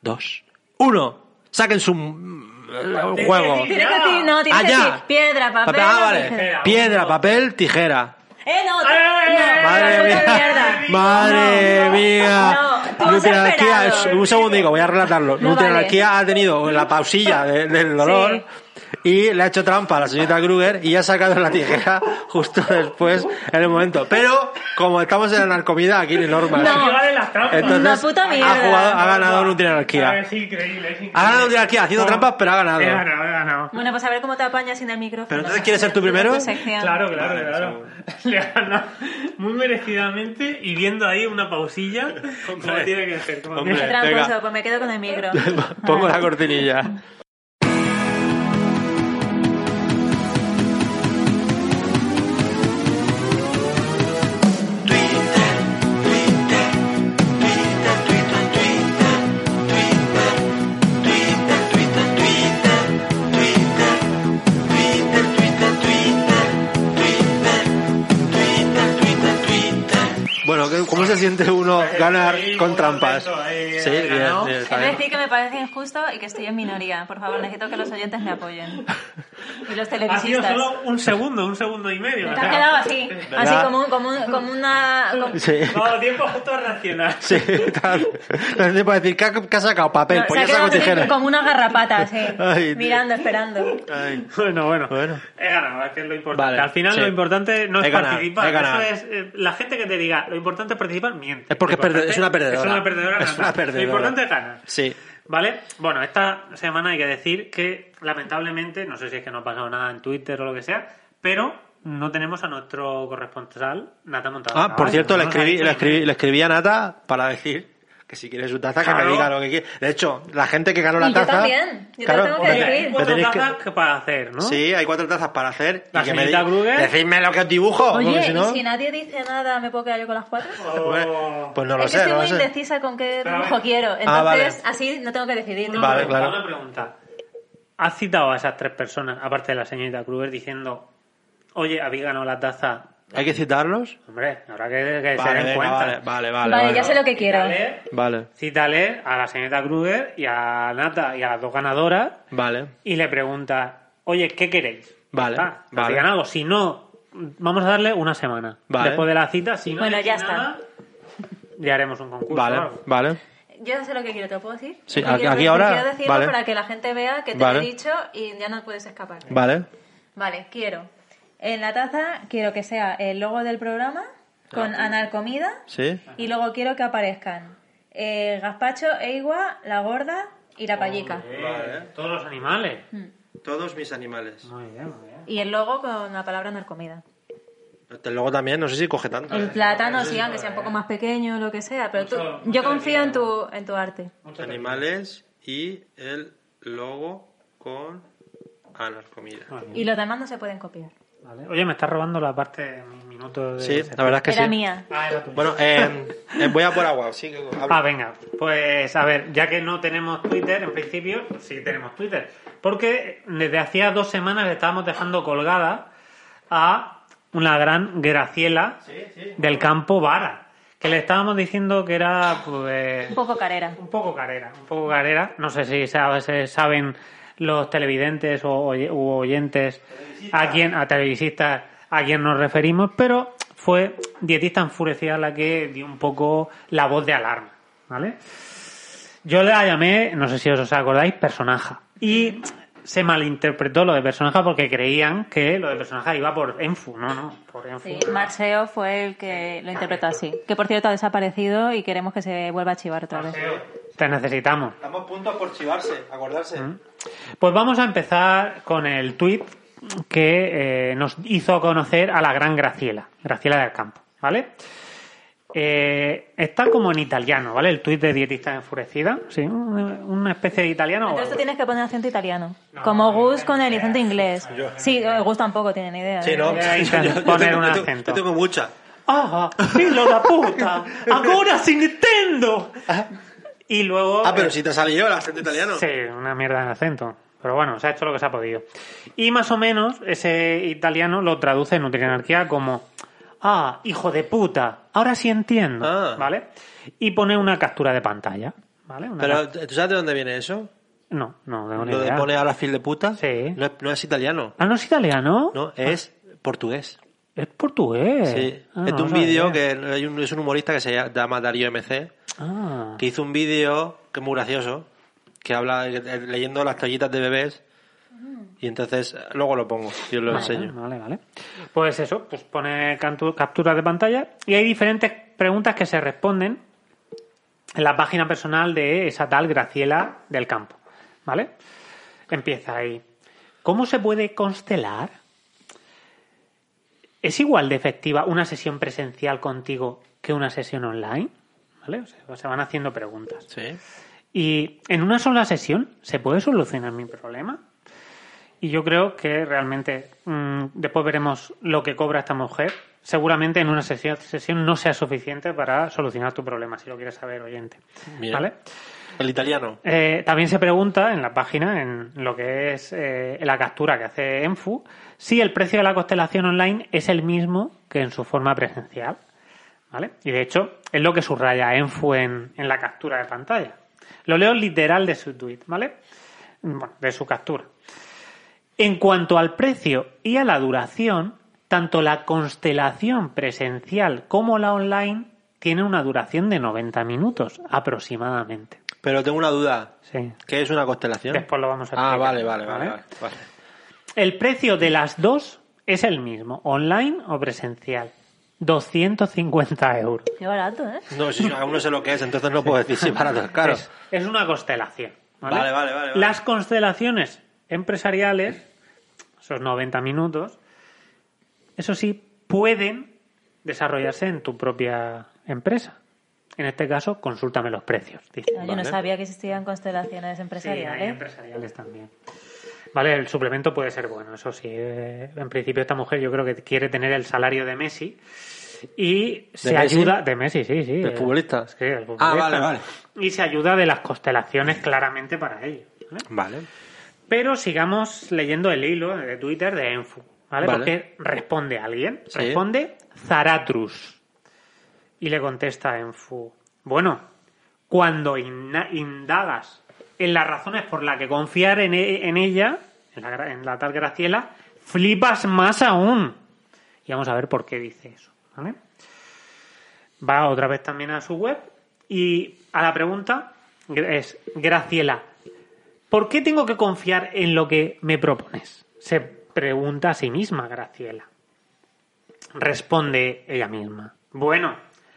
Speaker 1: dos, uno. Saquen su mm, juego.
Speaker 3: Tiene que decir, no, tiene
Speaker 1: Ah,
Speaker 3: que
Speaker 1: ya.
Speaker 3: decir piedra, papel,
Speaker 1: ah,
Speaker 3: o
Speaker 1: vale.
Speaker 3: tijera.
Speaker 1: Piedra, papel, tijera.
Speaker 3: ¡Eh, no!
Speaker 2: ¡Ay, ay,
Speaker 3: no,
Speaker 2: ay,
Speaker 1: Madre
Speaker 3: no,
Speaker 1: mía.
Speaker 3: mierda.
Speaker 1: Madre
Speaker 3: No, no,
Speaker 1: mía.
Speaker 3: No, tú has
Speaker 1: Nutria
Speaker 3: esperado.
Speaker 1: Anarquía, un segundico, voy a relatarlo.
Speaker 3: No
Speaker 1: Nutria
Speaker 3: vale.
Speaker 1: Anarquía ha tenido la pausilla de- del dolor y le ha hecho trampa a la señorita Kruger y ha sacado la tijera justo después en el momento. Pero, como estamos en la narcomida, aquí no hay normas.
Speaker 3: No.
Speaker 2: Que vale las trampas.
Speaker 1: Entonces,
Speaker 3: Una puta mierda.
Speaker 1: Ha, jugado- ha ganado Nutria Anarquía.
Speaker 2: Ah, Es increíble, es increíble.
Speaker 1: Ha ganado Nutria Anarquía, haciendo
Speaker 2: Oh,
Speaker 1: trampas, pero ha ganado.
Speaker 2: He ganado, he ganado.
Speaker 3: Bueno, pues a ver cómo te apañas sin el micrófono.
Speaker 1: Pero entonces, ¿quieres ser tú primero?
Speaker 3: Tu sección.
Speaker 2: Claro, claro, claro. Le ha ganado muy merecidamente y viendo ahí una pausilla como
Speaker 1: Hombre.
Speaker 2: tiene que ser. como
Speaker 1: Hombre.
Speaker 3: Qué
Speaker 2: tiene-
Speaker 3: tramposo,
Speaker 1: Venga.
Speaker 3: pues me quedo con el micro.
Speaker 1: Pongo la cortinilla. Bueno, ¿qué- ¿cómo se siente uno ganar
Speaker 2: ahí,
Speaker 1: con
Speaker 2: muy
Speaker 1: trampas?
Speaker 2: contento, ahí,
Speaker 1: Sí,
Speaker 2: ahí
Speaker 1: bien,
Speaker 2: ganó.
Speaker 1: bien, está
Speaker 3: Es
Speaker 1: bien.
Speaker 3: decir, que me parece injusto y que estoy en minoría. Por favor, necesito que los oyentes me apoyen. Y los
Speaker 2: Ha sido
Speaker 3: televisistas.
Speaker 2: solo un segundo, un segundo y medio.
Speaker 3: Te
Speaker 2: o sea,
Speaker 3: has quedado así, así
Speaker 1: ¿Verdad?
Speaker 3: como, un- como, un- como una... como-
Speaker 1: Sí.
Speaker 2: Todo tiempo justo a reaccionar.
Speaker 1: Sí, tal. La gente puede decir, ¿qué ha, qué ha sacado? Papel,
Speaker 3: no, se
Speaker 1: pues
Speaker 3: ha
Speaker 1: ya
Speaker 3: quedado
Speaker 1: saco
Speaker 3: así
Speaker 1: tijera.
Speaker 3: como una garrapata, sí.
Speaker 1: Ay, Oh, tío.
Speaker 3: mirando, esperando.
Speaker 1: Ay.
Speaker 2: Bueno, bueno.
Speaker 1: Bueno.
Speaker 2: He ganado, es que es lo importante.
Speaker 1: Vale,
Speaker 2: Al final
Speaker 1: sí.
Speaker 2: lo importante no
Speaker 1: He
Speaker 2: es
Speaker 1: ganado, he
Speaker 2: participar.
Speaker 1: ganado.
Speaker 2: Eso es, eh, la gente que te diga, lo importante es participar, miente.
Speaker 1: Es porque es,
Speaker 2: Lo importante
Speaker 1: perde- es una perdedora.
Speaker 2: Es una perdedora.
Speaker 1: Es una
Speaker 2: ganar.
Speaker 1: perdedora.
Speaker 2: Lo importante es ganar.
Speaker 1: Sí.
Speaker 2: ¿Vale? Bueno, esta semana hay que decir que lamentablemente, no sé si es que no ha pasado nada en Twitter o lo que sea, pero no tenemos a nuestro corresponsal, Nata Montalbán.
Speaker 1: Ah, por cierto, le
Speaker 2: No nos ha
Speaker 1: escribí,
Speaker 2: dicho
Speaker 1: le, escribí, le escribí a Nata para decir que si quiere su taza, que
Speaker 2: Claro.
Speaker 1: me diga lo que quiere. De hecho, la gente que ganó la
Speaker 3: Y yo
Speaker 1: taza...
Speaker 3: también, yo te
Speaker 1: le-
Speaker 2: nada.
Speaker 3: tengo que decir.
Speaker 2: Hay
Speaker 1: le
Speaker 2: cuatro
Speaker 1: tenéis que-
Speaker 2: tazas que para hacer, ¿no?
Speaker 1: Sí, hay cuatro tazas para hacer.
Speaker 2: La
Speaker 1: y que me
Speaker 2: señorita
Speaker 1: diga,
Speaker 2: Kruger.
Speaker 1: decidme lo que os dibujo. porque
Speaker 3: Oye,
Speaker 1: si no...
Speaker 3: y si nadie dice nada, ¿me puedo quedar yo con las cuatro?
Speaker 1: Pues, pues no lo
Speaker 3: es
Speaker 1: sé,
Speaker 3: que estoy
Speaker 1: no lo
Speaker 3: muy
Speaker 1: sé. Ah,
Speaker 3: indecisa con qué
Speaker 2: Pero a ver.
Speaker 3: dibujo quiero. Entonces,
Speaker 1: vale.
Speaker 3: así no tengo que decidir.
Speaker 2: Una
Speaker 1: Vale,
Speaker 2: pregunta,
Speaker 1: claro.
Speaker 2: Una pregunta. ¿Has citado a esas tres personas, aparte de la señorita Kruger, diciendo, oye, habéis ganado la taza,
Speaker 1: ¿Hay que citarlos?
Speaker 2: Hombre, habrá que, que se
Speaker 1: Vale,
Speaker 2: den
Speaker 1: venga,
Speaker 2: cuenta.
Speaker 1: vale, vale, vale.
Speaker 5: Vale, ya
Speaker 1: vale.
Speaker 5: sé lo que quiero.
Speaker 2: Cítale-
Speaker 1: Vale,
Speaker 2: Cítale a la señorita Kruger y a Nata y a las dos ganadoras
Speaker 1: vale.
Speaker 2: y le pregunta, oye, ¿qué queréis? Ah,
Speaker 1: Vale,
Speaker 2: Ya está,
Speaker 1: vale.
Speaker 2: digan algo. Si no, vamos a darle una semana.
Speaker 1: Vale.
Speaker 2: Después de la cita, si no
Speaker 3: Bueno,
Speaker 2: dice
Speaker 3: ya está.
Speaker 2: nada, ya haremos un concurso. o
Speaker 1: Vale,
Speaker 2: algo.
Speaker 1: vale.
Speaker 3: Yo ya sé lo que quiero, ¿te lo puedo decir?
Speaker 1: Sí,
Speaker 3: Lo que
Speaker 1: aquí-
Speaker 3: quiero
Speaker 1: aquí
Speaker 3: decir-
Speaker 1: ahora,
Speaker 3: Quiero decirlo
Speaker 1: vale.
Speaker 3: para que la gente vea que te
Speaker 1: Vale.
Speaker 3: lo he dicho y ya no puedes escapar.
Speaker 1: Vale.
Speaker 3: Vale, quiero. En la taza quiero que sea el logo del programa con
Speaker 1: Ah.
Speaker 3: Analcomida
Speaker 1: ¿Sí?
Speaker 3: y luego quiero que aparezcan eh, Gazpacho, Eigua, La Gorda y La Payica.
Speaker 2: Eh,
Speaker 1: Vale.
Speaker 2: Todos los animales.
Speaker 3: Mm.
Speaker 1: Todos mis animales.
Speaker 2: Muy bien, muy bien.
Speaker 3: Y el logo con la palabra Analcomida.
Speaker 1: El logo también, no sé si coge tanto. eh.
Speaker 3: El plátano, sí, aunque sea un poco más pequeño, lo que sea, pero tú-
Speaker 2: Mucho-
Speaker 3: yo
Speaker 2: mucho
Speaker 3: confío en
Speaker 2: dinero.
Speaker 3: tu, en tu arte.
Speaker 2: Muchas
Speaker 1: Animales y el logo con anarcomida.
Speaker 2: gracias. Vale,
Speaker 3: Y los demás no se pueden copiar.
Speaker 2: vale. Oye, me estás robando la parte de mi minuto de...
Speaker 1: Sí, la verdad es que
Speaker 3: Era
Speaker 1: sí.
Speaker 3: mía.
Speaker 2: Ah, era tuya.
Speaker 1: Bueno, eh, eh, voy a por agua, sí. que hablo.
Speaker 2: Ah, venga, pues a ver, ya que no tenemos Twitter, en principio sí tenemos Twitter, porque desde hacía dos semanas le estábamos dejando colgada a una gran Graciela del campo Vara, que le estábamos diciendo que era pues,
Speaker 3: Un poco carera.
Speaker 2: un poco carera, un poco carera, no sé si sa- se saben los televidentes o oy- u oyentes a quién, a televisistas a quién nos referimos, pero fue dietista enfurecida la que dio un poco la voz de alarma, ¿vale? Yo la llamé, no sé si os acordáis, personaja. Y se malinterpretó lo de personaja porque creían que lo de personaja iba por Enfu. No, no, por Enfu.
Speaker 3: Sí, Marceo fue el que lo interpretó así. Que por cierto ha desaparecido y queremos que se vuelva a chivar otra vez.
Speaker 2: Te necesitamos.
Speaker 1: Estamos puntos por chivarse, acordarse.
Speaker 2: Pues vamos a empezar con el tuit que eh, nos hizo conocer a la gran Graciela, Graciela del Campo, ¿vale? Eh, está como en italiano, ¿vale? El tuit de Dietista Enfurecida, sí, un- una especie de italiano. o
Speaker 3: Entonces tú
Speaker 2: algo.
Speaker 3: tienes que poner acento italiano.
Speaker 2: No,
Speaker 3: Como
Speaker 2: no,
Speaker 3: Gus
Speaker 2: no,
Speaker 3: con el
Speaker 2: no,
Speaker 3: acento
Speaker 2: no,
Speaker 3: inglés.
Speaker 2: yo-
Speaker 3: Sí, eh, Gus tampoco tiene ni idea.
Speaker 1: Sí,
Speaker 3: ¿eh?
Speaker 1: ¿no?
Speaker 2: Voy a intentar poner un
Speaker 1: yo tengo-
Speaker 2: acento.
Speaker 1: yo tengo mucha.
Speaker 2: ¡Ah! ¡Filo la puta! ¡Ahora sin Nintendo! Y luego...
Speaker 1: Ah, pero
Speaker 2: eh,
Speaker 1: si te salió el acento italiano.
Speaker 2: Sí, una mierda en acento. Pero bueno, se ha hecho lo que se ha podido. Y más o menos ese italiano lo traduce en Nutrinarquía como Ah, hijo de puta, ahora sí entiendo.
Speaker 1: Ah.
Speaker 2: ¿Vale? Y pone una captura de pantalla. ¿Vale? Una
Speaker 1: Pero,
Speaker 2: cap-
Speaker 1: ¿tú sabes de dónde viene eso?
Speaker 2: No, no, no
Speaker 1: Lo de pone ahora fil de puta.
Speaker 2: Sí.
Speaker 1: No es, no es italiano,
Speaker 2: Ah, no es italiano.
Speaker 1: no, es portugués.
Speaker 2: Es portugués.
Speaker 1: Sí.
Speaker 2: Ah,
Speaker 1: es de
Speaker 2: no
Speaker 1: un
Speaker 2: lo sabía.
Speaker 1: vídeo que hay un- es un humorista que se llama Darío MC,
Speaker 2: Ah.
Speaker 1: que hizo un vídeo que es muy gracioso, que habla que- eh, leyendo las toallitas de bebés. Y entonces, eh, luego lo pongo y os lo enseño.
Speaker 2: Vale, vale. Pues eso, pues pone cantu- capturas de pantalla y hay diferentes preguntas que se responden en la página personal de esa tal Graciela del Campo. ¿Vale? Empieza ahí. ¿Cómo se puede constelar? ¿Es igual de efectiva una sesión presencial contigo que una sesión online? ¿Vale? O sea, se van haciendo preguntas.
Speaker 1: Sí.
Speaker 2: Y en una sola sesión se puede solucionar mi problema. Y yo creo que realmente mm, después veremos lo que cobra esta mujer. Seguramente en una sesión, sesión no sea suficiente para solucionar tu problema, si lo quieres saber, oyente.
Speaker 1: Bien.
Speaker 2: ¿Vale?
Speaker 1: El italiano.
Speaker 2: Eh, también se pregunta en la página, en lo que es eh, la captura que hace Enfu, si el precio de la constelación online es el mismo que en su forma presencial. ¿Vale? Y de hecho, es lo que subraya Enfu en, en la captura de pantalla. Lo leo literal de su tweet, ¿vale? Mm, Bueno, de su captura. En cuanto al precio y a la duración, tanto la constelación presencial como la online tienen una duración de 90 minutos aproximadamente.
Speaker 1: Pero tengo una duda.
Speaker 2: Sí.
Speaker 1: ¿Qué es una constelación?
Speaker 2: Después lo vamos a explicar.
Speaker 1: ah, vale, vale, vale, vale, vale.
Speaker 2: El precio de las dos es el mismo, online o presencial. 250 euros.
Speaker 3: Qué barato, ¿eh?
Speaker 1: No, si yo aún no sé lo que es, entonces no puedo decir si es barato o es caro.
Speaker 2: Es, es una constelación. ¿vale?
Speaker 1: Vale, vale, vale, vale.
Speaker 2: Las constelaciones empresariales, esos 90 minutos, eso sí, pueden desarrollarse en tu propia empresa. En este caso, consúltame los precios. dice.
Speaker 3: Ah, Yo no
Speaker 1: Vale.
Speaker 3: sabía que existían constelaciones
Speaker 2: Sí, hay
Speaker 3: empresariales.
Speaker 2: empresariales también. Vale, el suplemento puede ser bueno, eso sí. eh, en principio esta mujer yo creo que quiere tener el salario de Messi y se
Speaker 1: Messi?
Speaker 2: ayuda de Messi, sí, sí.
Speaker 1: ¿Del
Speaker 2: eh,
Speaker 1: futbolista?
Speaker 2: Sí, del futbolista.
Speaker 1: Ah, vale, vale.
Speaker 2: Y se ayuda de las constelaciones claramente para ello. ¿vale?
Speaker 1: Vale.
Speaker 2: Pero sigamos leyendo el hilo de Twitter de Enfu. ¿vale?
Speaker 1: Vale.
Speaker 2: Porque responde a alguien.
Speaker 1: Sí.
Speaker 2: Responde Zaratrus. Y le contesta Enfu. Bueno, cuando inna- indagas en las razones por las que confiar en, e- en ella, en la, gra- en la tal Graciela, flipas más aún. Y vamos a ver por qué dice eso, ¿vale? Va otra vez también a su web y a la pregunta es, Graciela, ¿Por qué tengo que confiar en lo que me propones? Se pregunta a sí misma Graciela. Responde ella misma. Bueno,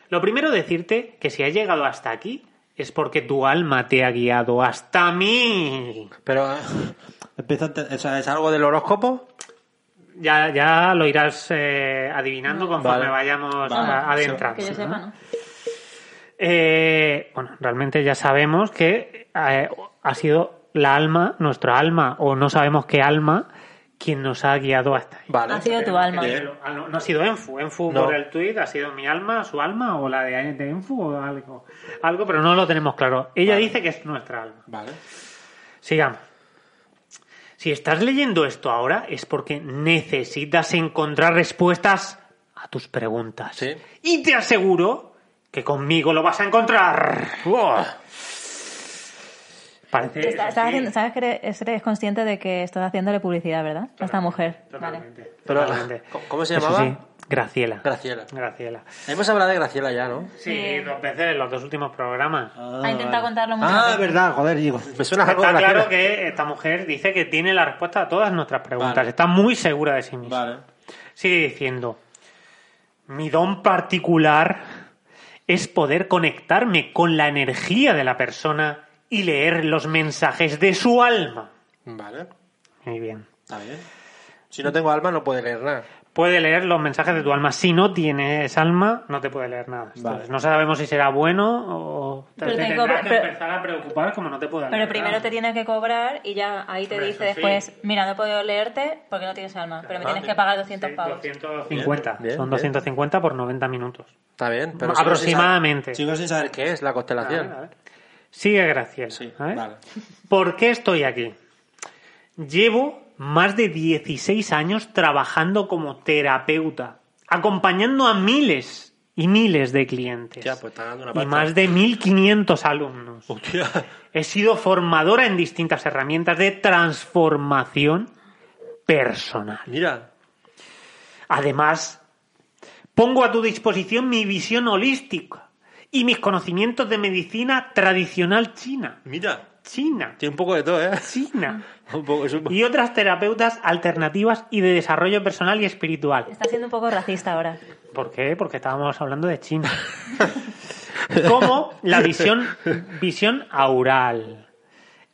Speaker 2: lo primero decirte que si has llegado hasta aquí es porque tu alma te ha guiado hasta mí.
Speaker 1: Pero eh, empieza a ente- o sea, es algo del horóscopo.
Speaker 2: Ya, ya lo irás eh, adivinando conforme
Speaker 1: Vale.
Speaker 2: vayamos
Speaker 1: Vale.
Speaker 2: a- adentrando.
Speaker 3: Que yo sepa, ¿no?
Speaker 2: Eh, bueno, realmente ya sabemos que eh, ha sido la alma, nuestra alma, o no sabemos qué alma, quien nos ha guiado hasta ahí.
Speaker 1: Vale.
Speaker 3: Ha sido tu alma.
Speaker 1: Bien.
Speaker 2: Ah, No, no ha sido Enfu. Enfu
Speaker 1: No.
Speaker 2: por el tuit ha sido mi alma, su alma o la de, de Enfu o algo. Algo, pero no lo tenemos claro. Ella
Speaker 1: Vale.
Speaker 2: dice que es nuestra alma.
Speaker 1: Vale.
Speaker 2: Sigamos. Si estás leyendo esto ahora es porque necesitas encontrar respuestas a tus preguntas.
Speaker 1: Sí.
Speaker 2: Y te aseguro que conmigo lo vas a encontrar. Parece.
Speaker 3: Está- estás
Speaker 2: sí,
Speaker 3: haciendo- sabes que eres, eres consciente de que estás haciéndole publicidad, ¿verdad? A esta mujer. Vale.
Speaker 2: totalmente,
Speaker 1: Pero,
Speaker 2: totalmente.
Speaker 1: ¿cómo- cómo se
Speaker 2: Eso
Speaker 1: llamaba?
Speaker 2: sí, Graciela.
Speaker 1: Graciela.
Speaker 2: Graciela.
Speaker 1: Hemos hablado pues de Graciela ya, ¿no?
Speaker 3: Eh.
Speaker 2: Sí, dos veces en los dos últimos programas.
Speaker 3: Ha intentado contarlo muchas
Speaker 1: Ah,
Speaker 3: veces.
Speaker 1: verdad, joder, digo. Me suena algo de
Speaker 2: Está
Speaker 1: Graciela.
Speaker 2: claro que esta mujer dice que tiene la respuesta a todas nuestras preguntas.
Speaker 1: Vale.
Speaker 2: Está muy segura de sí misma.
Speaker 1: Vale.
Speaker 2: Sigue diciendo, mi don particular es poder conectarme con la energía de la persona y leer los mensajes de su alma.
Speaker 1: Vale.
Speaker 2: Muy bien.
Speaker 1: Está bien. Si no tengo alma, no puede leer nada.
Speaker 2: Puede leer los mensajes de tu alma. Si no tienes alma, no te puede leer nada. Entonces, no sabemos si será bueno o
Speaker 3: Pero
Speaker 2: te
Speaker 3: te
Speaker 2: tendrás
Speaker 3: cobra-
Speaker 2: que
Speaker 3: pero-
Speaker 2: empezar a preocupar como no te pueda leer
Speaker 3: Pero primero
Speaker 2: nada.
Speaker 3: te tienes que cobrar y ya ahí te
Speaker 2: Hombre,
Speaker 3: dice
Speaker 2: eso sí.
Speaker 3: después, mira, no he podido leerte porque no tienes alma, pero me
Speaker 1: Ah,
Speaker 3: tienes que pagar 200
Speaker 2: Sí,
Speaker 3: pavos.
Speaker 2: 250.
Speaker 1: Bien, bien,
Speaker 2: Son
Speaker 1: bien.
Speaker 2: 250 por 90 minutos.
Speaker 1: Está bien, pero.
Speaker 2: Aproximadamente.
Speaker 1: Sigo sin saber, sigo sin saber qué es la constelación.
Speaker 2: Ah, Vale, vale. Sigue Graciela.
Speaker 1: Sí,
Speaker 2: ¿vale?
Speaker 1: vale.
Speaker 2: ¿Por qué estoy aquí? Llevo más de 16 años trabajando como terapeuta, acompañando a miles y miles de clientes
Speaker 1: Ya, pues está dando una
Speaker 2: y
Speaker 1: pasta.
Speaker 2: más de 1.500 alumnos.
Speaker 1: Hostia.
Speaker 2: He sido formadora en distintas herramientas de transformación personal.
Speaker 1: Mira.
Speaker 2: Además, pongo a tu disposición mi visión holística y mis conocimientos de medicina tradicional china.
Speaker 1: Mira.
Speaker 2: China.
Speaker 1: Tiene un poco de todo, ¿eh?
Speaker 2: China.
Speaker 1: Un poco, es un poco-
Speaker 2: Y otras terapeutas alternativas y de desarrollo personal y espiritual.
Speaker 3: Está siendo un poco racista ahora.
Speaker 2: ¿Por qué? Porque estábamos hablando de China. Como la visión, visión aural,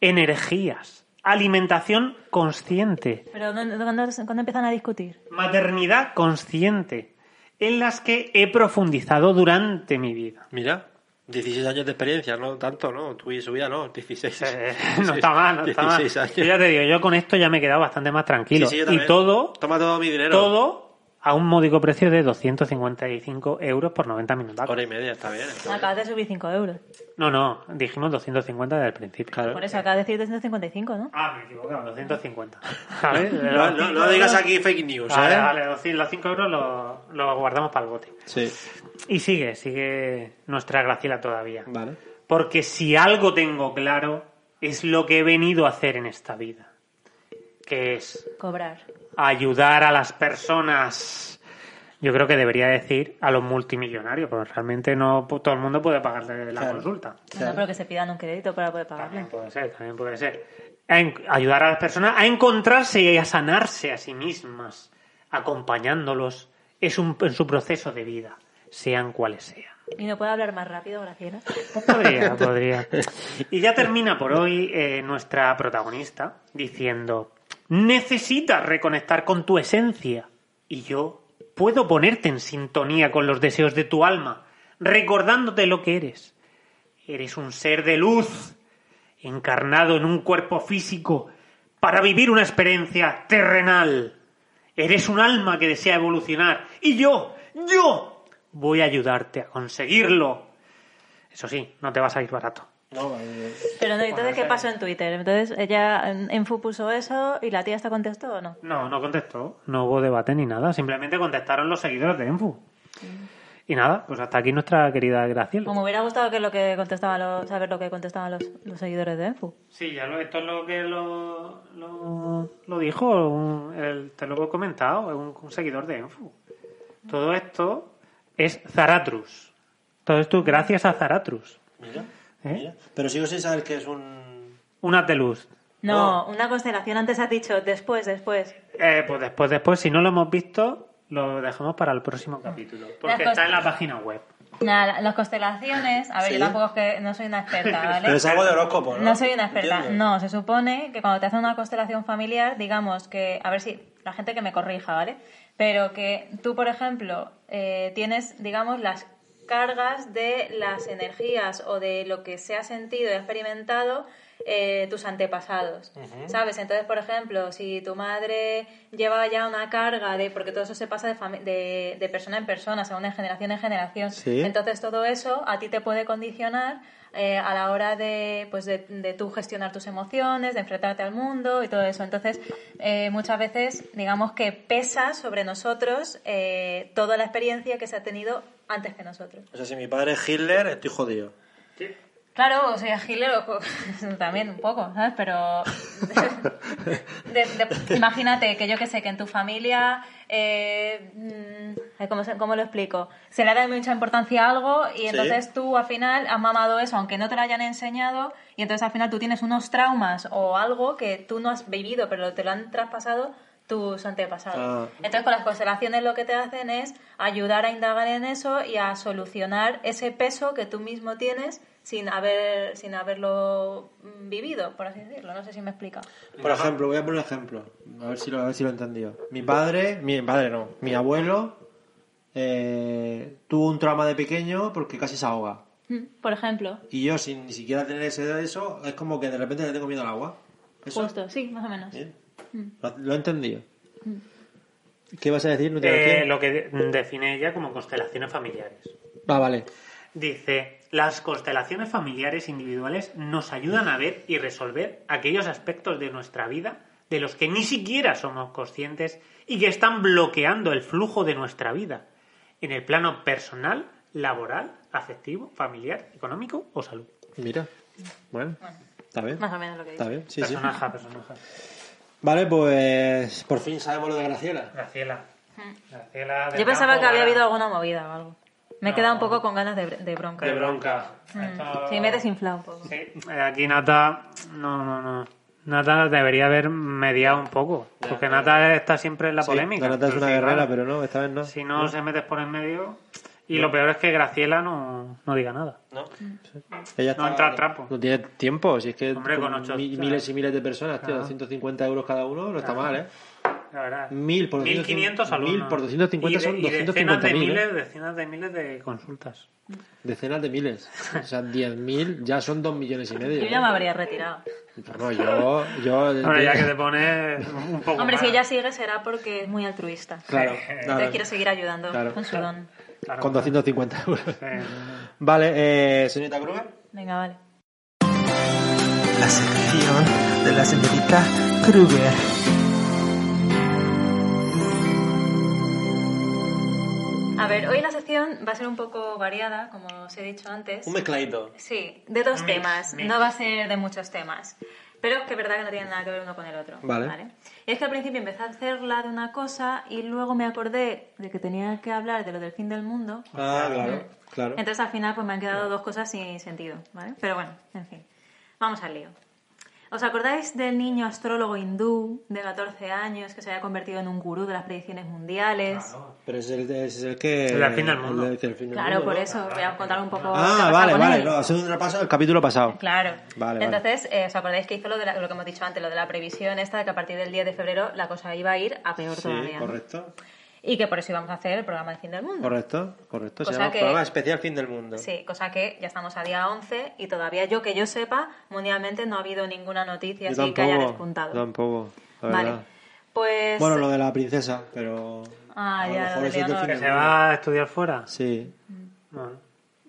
Speaker 2: energías, alimentación consciente,
Speaker 3: Pero ¿dó- dó- ¿cuándo, cuándo empiezan a discutir?
Speaker 2: maternidad consciente, en las que he profundizado durante mi vida.
Speaker 1: Mira. 16 años de experiencia, no tanto, ¿no? Tu y su vida, no. 16.
Speaker 2: Eh, no está mal, no está mal.
Speaker 1: 16 años.
Speaker 2: Yo ya te digo, yo con esto ya me he quedado bastante más tranquilo.
Speaker 1: Sí, sí, yo
Speaker 2: y
Speaker 1: también.
Speaker 2: todo,
Speaker 1: Toma todo mi dinero.
Speaker 2: todo a un módico precio de 255 euros por 90 minutos.
Speaker 1: Hora y media, está bien. está bien.
Speaker 3: Ah, Acabas de subir 5 euros.
Speaker 2: No, no, dijimos 250 desde el principio.
Speaker 3: Por eso acabas de decir 255, ¿no?
Speaker 2: Ah, me he equivocado, 250. ¿Vale?
Speaker 1: ¿Eh? No, no, no digas aquí fake news, ¿eh?
Speaker 2: Vale, vale, los cin- los 5 euros los los guardamos para el bote.
Speaker 1: Sí.
Speaker 2: Y sigue, sigue nuestra Graciela todavía.
Speaker 1: Vale.
Speaker 2: Porque si algo tengo claro, es lo que he venido a hacer en esta vida. Que es
Speaker 3: Cobrar.
Speaker 2: ayudar a las personas. Yo creo que debería decir a los multimillonarios, porque realmente no pu- todo el mundo puede pagarle la
Speaker 1: Claro.
Speaker 2: consulta.
Speaker 3: No, pero que se pidan un crédito para poder
Speaker 2: También
Speaker 3: pagarlo.
Speaker 2: puede ser, también puede ser. A en- ayudar a las personas a encontrarse y a sanarse a sí mismas, acompañándolos es un- en su proceso de vida, sean cuales sean.
Speaker 3: ¿Y no puede hablar más rápido, Graciela?
Speaker 2: Pues Podría, podría. Y ya termina por hoy eh, nuestra protagonista diciendo, necesitas reconectar con tu esencia y yo puedo ponerte en sintonía con los deseos de tu alma, recordándote lo que eres. Eres un ser de luz, encarnado en un cuerpo físico, para vivir una experiencia terrenal. Eres un alma que desea evolucionar y yo, yo voy a ayudarte a conseguirlo. Eso sí, no te vas a ir barato.
Speaker 1: No, eh,
Speaker 3: Pero no, entonces, ¿qué
Speaker 2: Bueno,
Speaker 3: pasó en Twitter? Entonces, ella en en Fu puso eso y la tía hasta contestó o no.
Speaker 2: No, no contestó. No hubo debate ni nada. Simplemente contestaron los seguidores de Enfu. Y nada, pues hasta aquí nuestra querida Graciela.
Speaker 3: Como me hubiera gustado que lo que contestaban los, saber lo que contestaban los, los seguidores de Enfu.
Speaker 2: Sí, ya lo, esto es lo que lo, lo, lo dijo, un- el- te lo he comentado, es un, un seguidor de Enfu. Todo esto es Zaratrus. Todo esto gracias a Zaratrus.
Speaker 1: mira,
Speaker 2: ¿Eh?
Speaker 1: mira. Pero sigo sin saber que es un...
Speaker 2: Una de luz.
Speaker 3: No, una constelación antes has dicho, después, después.
Speaker 2: Eh, pues después, después, si no lo hemos visto, lo dejamos para el próximo capítulo. Porque
Speaker 3: Las
Speaker 2: está en la página web.
Speaker 3: Nada, las constelaciones, a ver,
Speaker 1: Sí.
Speaker 3: yo tampoco es que no soy una experta,
Speaker 1: Pero
Speaker 3: ¿vale?
Speaker 1: es algo de horóscopo, ¿no?
Speaker 3: No soy una experta.
Speaker 1: Entiendo.
Speaker 3: No, se supone que cuando te hacen una constelación familiar, digamos que, a ver si la gente que me corrija, ¿vale? Pero que tú, por ejemplo, eh, tienes, digamos, las cargas de las energías o de lo que se ha sentido y experimentado eh, tus antepasados, ¿sabes? Entonces, por ejemplo, si tu madre lleva ya una carga de, porque todo eso se pasa de, fami- de, de persona en persona, según de generación en generación,
Speaker 1: Sí.
Speaker 3: entonces entonces todo eso a ti te puede condicionar eh, a la hora de, pues de, de tú gestionar tus emociones, de enfrentarte al mundo y todo eso. Entonces eh, muchas veces digamos que pesa sobre nosotros eh, toda la experiencia que se ha tenido antes que nosotros.
Speaker 1: O sea, si mi padre es Hitler, estoy jodido.
Speaker 3: Claro, o sea, Hitler o- también un poco, ¿sabes? Pero de- de- imagínate que yo que sé, que en tu familia, eh, mm, ay, ¿cómo, se- cómo lo explico? Se le da mucha importancia a algo y entonces tú al final has mamado eso, aunque no te lo hayan enseñado, y entonces al final tú tienes unos traumas o algo que tú no has vivido, pero te lo han traspasado tus antepasados.
Speaker 1: Ah.
Speaker 3: Entonces con las constelaciones lo que te hacen es ayudar a indagar en eso y a solucionar ese peso que tú mismo tienes sin haber sin haberlo mm, vivido, por así decirlo. No sé si me explica.
Speaker 1: Por ejemplo, voy a poner un ejemplo. A ver si lo, a ver si lo he entendido. Mi padre, mi padre no, mi abuelo eh, tuvo un trauma de pequeño porque casi se ahoga.
Speaker 3: Mm, Por ejemplo,
Speaker 1: Y yo, sin ni siquiera tener ese de eso, es como que de repente le tengo miedo al agua. ¿Eso? ¿Eh?
Speaker 3: justo, sí, más o menos.
Speaker 1: Bien. Lo, lo he entendido. ¿Qué vas a decir? ¿No te
Speaker 2: Eh,
Speaker 1: decía?
Speaker 2: lo que de- define ella como constelaciones familiares.
Speaker 1: Ah, vale.
Speaker 2: Dice, las constelaciones familiares individuales nos ayudan a ver y resolver aquellos aspectos de nuestra vida de los que ni siquiera somos conscientes y que están bloqueando el flujo de nuestra vida en el plano personal, laboral, afectivo, familiar, económico o salud.
Speaker 1: Mira. Bueno. Está bien.
Speaker 3: Más o menos lo que
Speaker 1: Está
Speaker 3: dice.
Speaker 1: bien, sí, sí.
Speaker 2: personaje, a personaje.
Speaker 1: Vale, pues por fin sabemos lo de Graciela.
Speaker 2: Graciela. Graciela del
Speaker 3: Mm. Yo pensaba
Speaker 2: campo,
Speaker 3: que había
Speaker 2: Gara.
Speaker 3: habido alguna movida o algo. Me he
Speaker 2: No.
Speaker 3: quedado un poco con ganas de, br- de bronca.
Speaker 2: De bronca. Esto-
Speaker 3: Mm, Sí, me he desinflado un poco.
Speaker 2: Sí, eh, aquí Nata, no, no, no. Nata debería haber mediado un poco, porque Nata está siempre en la
Speaker 1: Sí,
Speaker 2: polémica.
Speaker 1: la nata es
Speaker 2: Pero
Speaker 1: una
Speaker 2: sí,
Speaker 1: guerrera,
Speaker 2: claro,
Speaker 1: pero no, esta vez no.
Speaker 2: Si no se metes por en medio... Y lo peor es que Graciela no, no diga nada.
Speaker 1: No. Ella
Speaker 2: No entra al trapo.
Speaker 1: No tiene tiempo, si es que
Speaker 2: Hombre, con ocho-
Speaker 1: mi- miles y miles de personas, tío,
Speaker 2: Claro.
Speaker 1: 250 euros cada uno, no está mal, ¿eh?
Speaker 2: La verdad.
Speaker 1: Mil por
Speaker 2: 1500
Speaker 1: 250
Speaker 2: alumnos.
Speaker 1: mil por 250
Speaker 2: Y de-
Speaker 1: son
Speaker 2: y decenas
Speaker 1: 250
Speaker 2: de
Speaker 1: mil,
Speaker 2: miles,
Speaker 1: ¿eh?
Speaker 2: decenas de miles de consultas.
Speaker 1: Decenas de miles. O sea, 10.000 ya son 2 millones y medio.
Speaker 3: Yo
Speaker 1: ¿eh?
Speaker 3: ya me habría retirado.
Speaker 1: No, yo... yo
Speaker 2: Ahora ya que te pones un poco
Speaker 3: Hombre, si
Speaker 2: mala.
Speaker 3: ella sigue será porque es muy altruista.
Speaker 1: Claro,
Speaker 3: Entonces
Speaker 1: claro.
Speaker 3: quiero seguir ayudando
Speaker 1: Claro.
Speaker 3: con su don.
Speaker 2: Claro.
Speaker 1: Con 250 euros.
Speaker 2: Eh,
Speaker 1: Vale, eh, señorita Kruger.
Speaker 3: Venga, vale.
Speaker 5: La sección de la señorita Kruger.
Speaker 3: A ver, hoy la sección va a ser un poco variada, como os he dicho antes.
Speaker 1: Un mezcladito.
Speaker 3: Sí, de dos
Speaker 2: Un mix,
Speaker 3: temas.
Speaker 2: mix.
Speaker 3: No va a ser de muchos temas. Pero es que es verdad que no tienen nada que ver uno con el otro.
Speaker 1: Vale.
Speaker 3: Y es que al principio empecé a hacerla de una cosa y luego me acordé de que tenía que hablar de lo del fin del mundo.
Speaker 1: Ah, claro, claro.
Speaker 3: Entonces al final pues me han quedado dos cosas sin sentido, ¿vale? Pero bueno, en fin. Vamos al lío. ¿Os acordáis del niño astrólogo hindú de 14 años que se había convertido en un gurú de las predicciones mundiales?
Speaker 1: Pero es el, es el que...
Speaker 2: El del fin del mundo.
Speaker 1: el del fin del
Speaker 3: Claro,
Speaker 1: mundo,
Speaker 3: por
Speaker 1: ¿no?
Speaker 3: eso voy a contar un poco. qué ha
Speaker 1: Ah,
Speaker 3: pasado
Speaker 1: vale,
Speaker 3: con
Speaker 1: vale.
Speaker 3: él.
Speaker 1: No, haciendo un repaso del capítulo pasado.
Speaker 3: Claro.
Speaker 1: Vale, vale.
Speaker 3: Entonces, eh, ¿os acordáis que hizo lo, de la- lo que hemos dicho antes, lo de la previsión esta, de que a partir del 10 de febrero la cosa iba a ir a peor
Speaker 1: Sí,
Speaker 3: todavía? ¿no?
Speaker 1: correcto.
Speaker 3: Y que por eso íbamos a hacer el programa del fin del mundo.
Speaker 1: Correcto, correcto. Se
Speaker 3: Cosa
Speaker 1: llama
Speaker 3: que-
Speaker 1: programa especial fin del mundo.
Speaker 3: Sí, cosa que ya estamos a día 11 y todavía yo que yo sepa, mundialmente no ha habido ninguna noticia
Speaker 1: Yo
Speaker 3: así
Speaker 1: tampoco,
Speaker 3: que haya despuntado.
Speaker 1: Tampoco, la
Speaker 3: vale.
Speaker 1: verdad.
Speaker 3: Pues
Speaker 1: Bueno, lo de la princesa, pero...
Speaker 3: Ah,
Speaker 1: a lo
Speaker 3: ya,
Speaker 1: mejor
Speaker 3: lo
Speaker 1: eso
Speaker 3: de
Speaker 1: es del
Speaker 3: Leonor.
Speaker 1: fin
Speaker 2: que
Speaker 1: del
Speaker 2: se
Speaker 1: mundo.
Speaker 2: va a estudiar fuera.
Speaker 1: Sí.
Speaker 2: Bueno,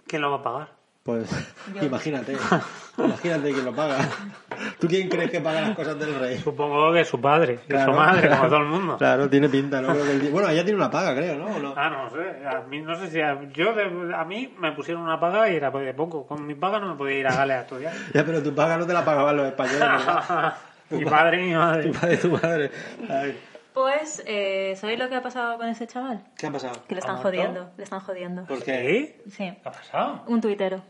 Speaker 2: ¿Quién lo va a pagar?
Speaker 1: Pues
Speaker 3: Yo.
Speaker 1: imagínate, imagínate quién lo paga. ¿Tú quién crees que paga las cosas del rey?
Speaker 2: Supongo que su padre, que
Speaker 1: Claro,
Speaker 2: su madre,
Speaker 1: claro.
Speaker 2: como todo el mundo.
Speaker 1: Claro, tiene pinta, ¿no? Creo que el tío- Bueno, ella tiene una paga, creo, ¿no? ¿O no?
Speaker 2: Ah, no sé, a mí no sé si a, yo de- a mí me pusieron una paga y era de poco, con mi paga no me podía ir a Gales a estudiar.
Speaker 1: Ya, pero tu paga no te la pagaban los españoles, ¿verdad?
Speaker 2: mi padre y mi madre.
Speaker 1: tu padre, tu madre. Ay,
Speaker 3: Pues, eh, ¿sabéis lo que ha pasado con ese chaval?
Speaker 1: ¿Qué ha Pues pasado?
Speaker 3: Que le están
Speaker 2: ¿Ha muerto?
Speaker 3: jodiendo, le están jodiendo.
Speaker 1: ¿Por qué?
Speaker 2: ¿Qué?
Speaker 3: Sí,
Speaker 2: ¿Qué ha pasado?
Speaker 3: un tuitero.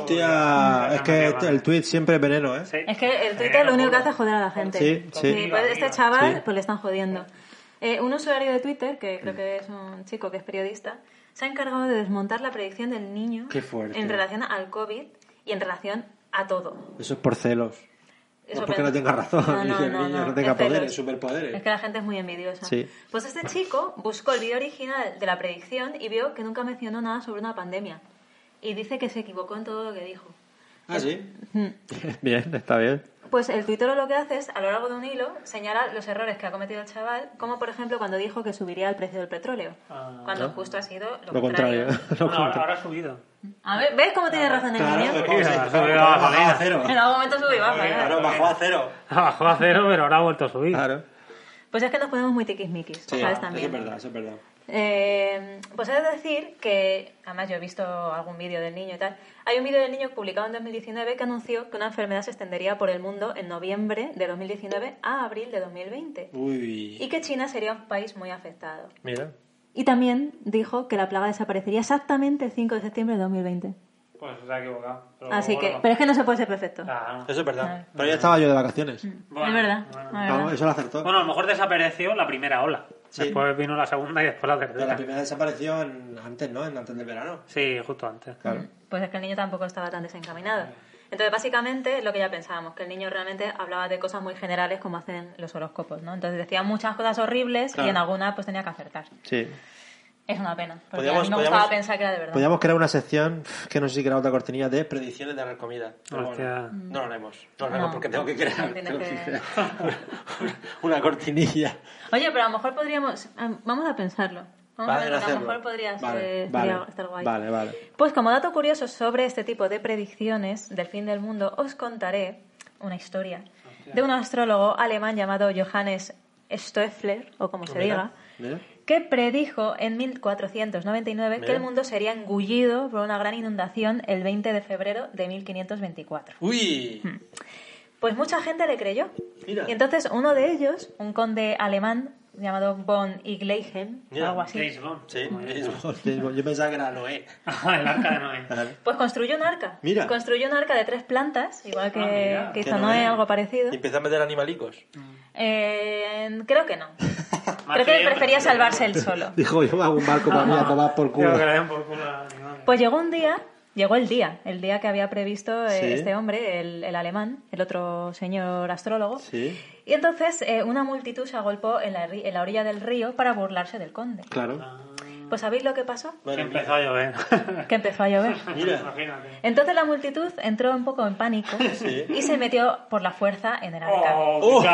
Speaker 1: ¡Hostia! Es que
Speaker 2: Vale.
Speaker 1: el tweet siempre es veneno, ¿eh?
Speaker 2: Sí.
Speaker 3: Es que el Twitter lo único que hace es joder a la gente.
Speaker 1: Sí, sí.
Speaker 3: pues este chaval,
Speaker 1: Sí.
Speaker 3: pues le están jodiendo. Eh, un usuario de Twitter, que creo que es un chico que es periodista, se ha encargado de desmontar la predicción del niño
Speaker 1: Qué fuerte.
Speaker 3: en relación al COVID y en relación a todo.
Speaker 1: Eso es por celos.
Speaker 3: Eso
Speaker 1: no porque no
Speaker 3: pensé.
Speaker 1: tenga razón,
Speaker 3: No, no,
Speaker 1: ni que el
Speaker 3: no,
Speaker 1: niño
Speaker 3: no,
Speaker 1: no, tenga
Speaker 3: es celos.
Speaker 1: poderes, superpoderes.
Speaker 3: Es que la gente es muy envidiosa.
Speaker 1: Sí.
Speaker 3: Pues este chico buscó el vídeo original de la predicción y vio que nunca mencionó nada sobre una pandemia. Y dice que se equivocó en todo lo que dijo.
Speaker 1: Ah, sí.
Speaker 3: Mm.
Speaker 1: bien, está bien.
Speaker 3: Pues el tuitero lo que hace es, a lo largo de un hilo, señala los errores que ha cometido el chaval, como por ejemplo cuando dijo que subiría el precio del petróleo,
Speaker 2: Ah.
Speaker 3: cuando justo ha sido lo,
Speaker 1: Lo contrario. Lo
Speaker 2: Bueno, ahora,
Speaker 1: contrario.
Speaker 2: ahora ha subido.
Speaker 3: A ver, ¿ves cómo tiene razón el
Speaker 1: Claro,
Speaker 3: niño?
Speaker 1: pues,
Speaker 2: Sí,
Speaker 1: vamos,
Speaker 2: ha
Speaker 1: sí,
Speaker 2: subido
Speaker 1: claro,
Speaker 2: la
Speaker 1: bajó a
Speaker 2: gasolina.
Speaker 1: cero.
Speaker 3: En algún momento sube y baja. ¿eh?
Speaker 1: Claro, bajó a cero.
Speaker 2: Bajó a cero, pero ahora ha vuelto a subir.
Speaker 1: Claro.
Speaker 3: Pues es que nos ponemos muy tiquismiquis,
Speaker 1: Sí,
Speaker 3: ¿sabes?
Speaker 1: eso es
Speaker 3: También.
Speaker 1: verdad, eso es verdad.
Speaker 3: Eh, pues he de decir que, además yo he visto algún vídeo del niño y tal, hay un vídeo del niño publicado en 2019 que anunció que una enfermedad se extendería por el mundo en noviembre de 2019 a abril de 2020
Speaker 1: Uy.
Speaker 3: y que China sería un país muy afectado.
Speaker 1: Mira.
Speaker 3: Y también dijo que la plaga desaparecería exactamente el 5 de septiembre de 2020.
Speaker 2: Pues se ha equivocado.
Speaker 1: Oh,
Speaker 2: pero
Speaker 3: Así que,
Speaker 2: bueno.
Speaker 3: pero es que no se puede ser perfecto.
Speaker 2: Ah,
Speaker 1: Eso es verdad. Pero ya estaba yo de vacaciones. Ah,
Speaker 2: bueno,
Speaker 3: es verdad.
Speaker 2: bueno.
Speaker 3: la
Speaker 1: Vamos,
Speaker 3: verdad.
Speaker 1: Mm. eso lo acertó.
Speaker 2: Bueno, a lo mejor desapareció la primera ola.
Speaker 1: Sí.
Speaker 2: Después vino la segunda y después la
Speaker 1: Pero
Speaker 2: tercera.
Speaker 1: la primera desapareció en- antes, ¿no? En antes del verano.
Speaker 2: Sí, justo antes.
Speaker 1: Claro.
Speaker 3: Pues es que el niño tampoco estaba tan desencaminado. Entonces, básicamente, es lo que ya pensábamos, que el niño realmente hablaba de cosas muy generales como hacen los horóscopos, ¿no? Entonces decía muchas cosas horribles
Speaker 1: Claro.
Speaker 3: y en alguna pues tenía que acertar.
Speaker 1: Sí.
Speaker 3: Es una pena, porque
Speaker 1: Podíamos-
Speaker 3: a mí me
Speaker 1: podíamos-
Speaker 3: gustaba pensar que era de verdad.
Speaker 1: Podríamos crear una sección pf, que no sé si crear otra cortinilla de predicciones de la comida. Pero
Speaker 2: Hostia.
Speaker 1: bueno, no lo haremos. No lo haremos
Speaker 3: No.
Speaker 1: porque tengo que
Speaker 3: No
Speaker 1: crear,
Speaker 3: tienes
Speaker 1: tengo que
Speaker 3: que-
Speaker 1: crear una, una cortinilla.
Speaker 3: Oye, pero a lo mejor podríamos... ah, Vamos a pensarlo. Vamos
Speaker 1: Vale,
Speaker 3: a, ver, a lo
Speaker 1: hacerlo.
Speaker 3: mejor podría ser...
Speaker 1: Vale,
Speaker 3: estaría-
Speaker 1: vale,
Speaker 3: estar guay.
Speaker 1: Vale, vale.
Speaker 3: Pues como dato curioso sobre este tipo de predicciones del fin del mundo, os contaré una historia de un astrólogo alemán llamado Johannes Stoeffler, o como se diga,
Speaker 1: Pues Mira.
Speaker 3: que predijo en 1499 que
Speaker 1: Mira.
Speaker 3: el mundo sería engullido por una gran inundación el 20 de febrero de 1524.
Speaker 1: Uy.
Speaker 3: Pues mucha gente le creyó.
Speaker 1: Mira.
Speaker 3: Y entonces uno de ellos, un conde alemán llamado von Igleichem,
Speaker 1: Mira,
Speaker 3: algo así,
Speaker 2: James Bond.
Speaker 1: Sí,
Speaker 2: como
Speaker 1: es
Speaker 2: dice.
Speaker 1: bo- es bo- yo pensaba que era Noé.
Speaker 2: el arca de Noé.
Speaker 1: Claro.
Speaker 3: Pues construyó un arca.
Speaker 1: Mira.
Speaker 3: Construyó un arca de tres plantas, igual
Speaker 2: Ah,
Speaker 3: que,
Speaker 2: mira.
Speaker 3: que
Speaker 1: Que
Speaker 3: hizo
Speaker 1: no
Speaker 3: Noé,
Speaker 1: es.
Speaker 3: algo parecido.
Speaker 1: Y empezó a meter animalicos.
Speaker 3: Eh, creo que no. creo que
Speaker 2: bien.
Speaker 3: prefería salvarse él solo.
Speaker 1: Dijo, yo me hago un barco para mí a tomar por
Speaker 2: Digo que
Speaker 1: culo.
Speaker 2: le den por culo a animales.
Speaker 3: Pues llegó un día, llegó el día, el día que había previsto eh,
Speaker 1: Sí.
Speaker 3: este hombre, el, el alemán, el otro señor astrólogo.
Speaker 1: Sí,
Speaker 3: Y entonces eh, una multitud se agolpó en la, ri- en la orilla del río para burlarse del conde.
Speaker 1: claro.
Speaker 2: Ah.
Speaker 3: Pues ¿sabéis lo que pasó?
Speaker 2: Que
Speaker 1: Madre mía.
Speaker 2: empezó a llover.
Speaker 3: Que empezó a llover.
Speaker 1: Mira.
Speaker 2: Imagínate.
Speaker 3: Entonces la multitud entró un poco en pánico y se metió por la fuerza en el arca.
Speaker 2: ¡Oh, qué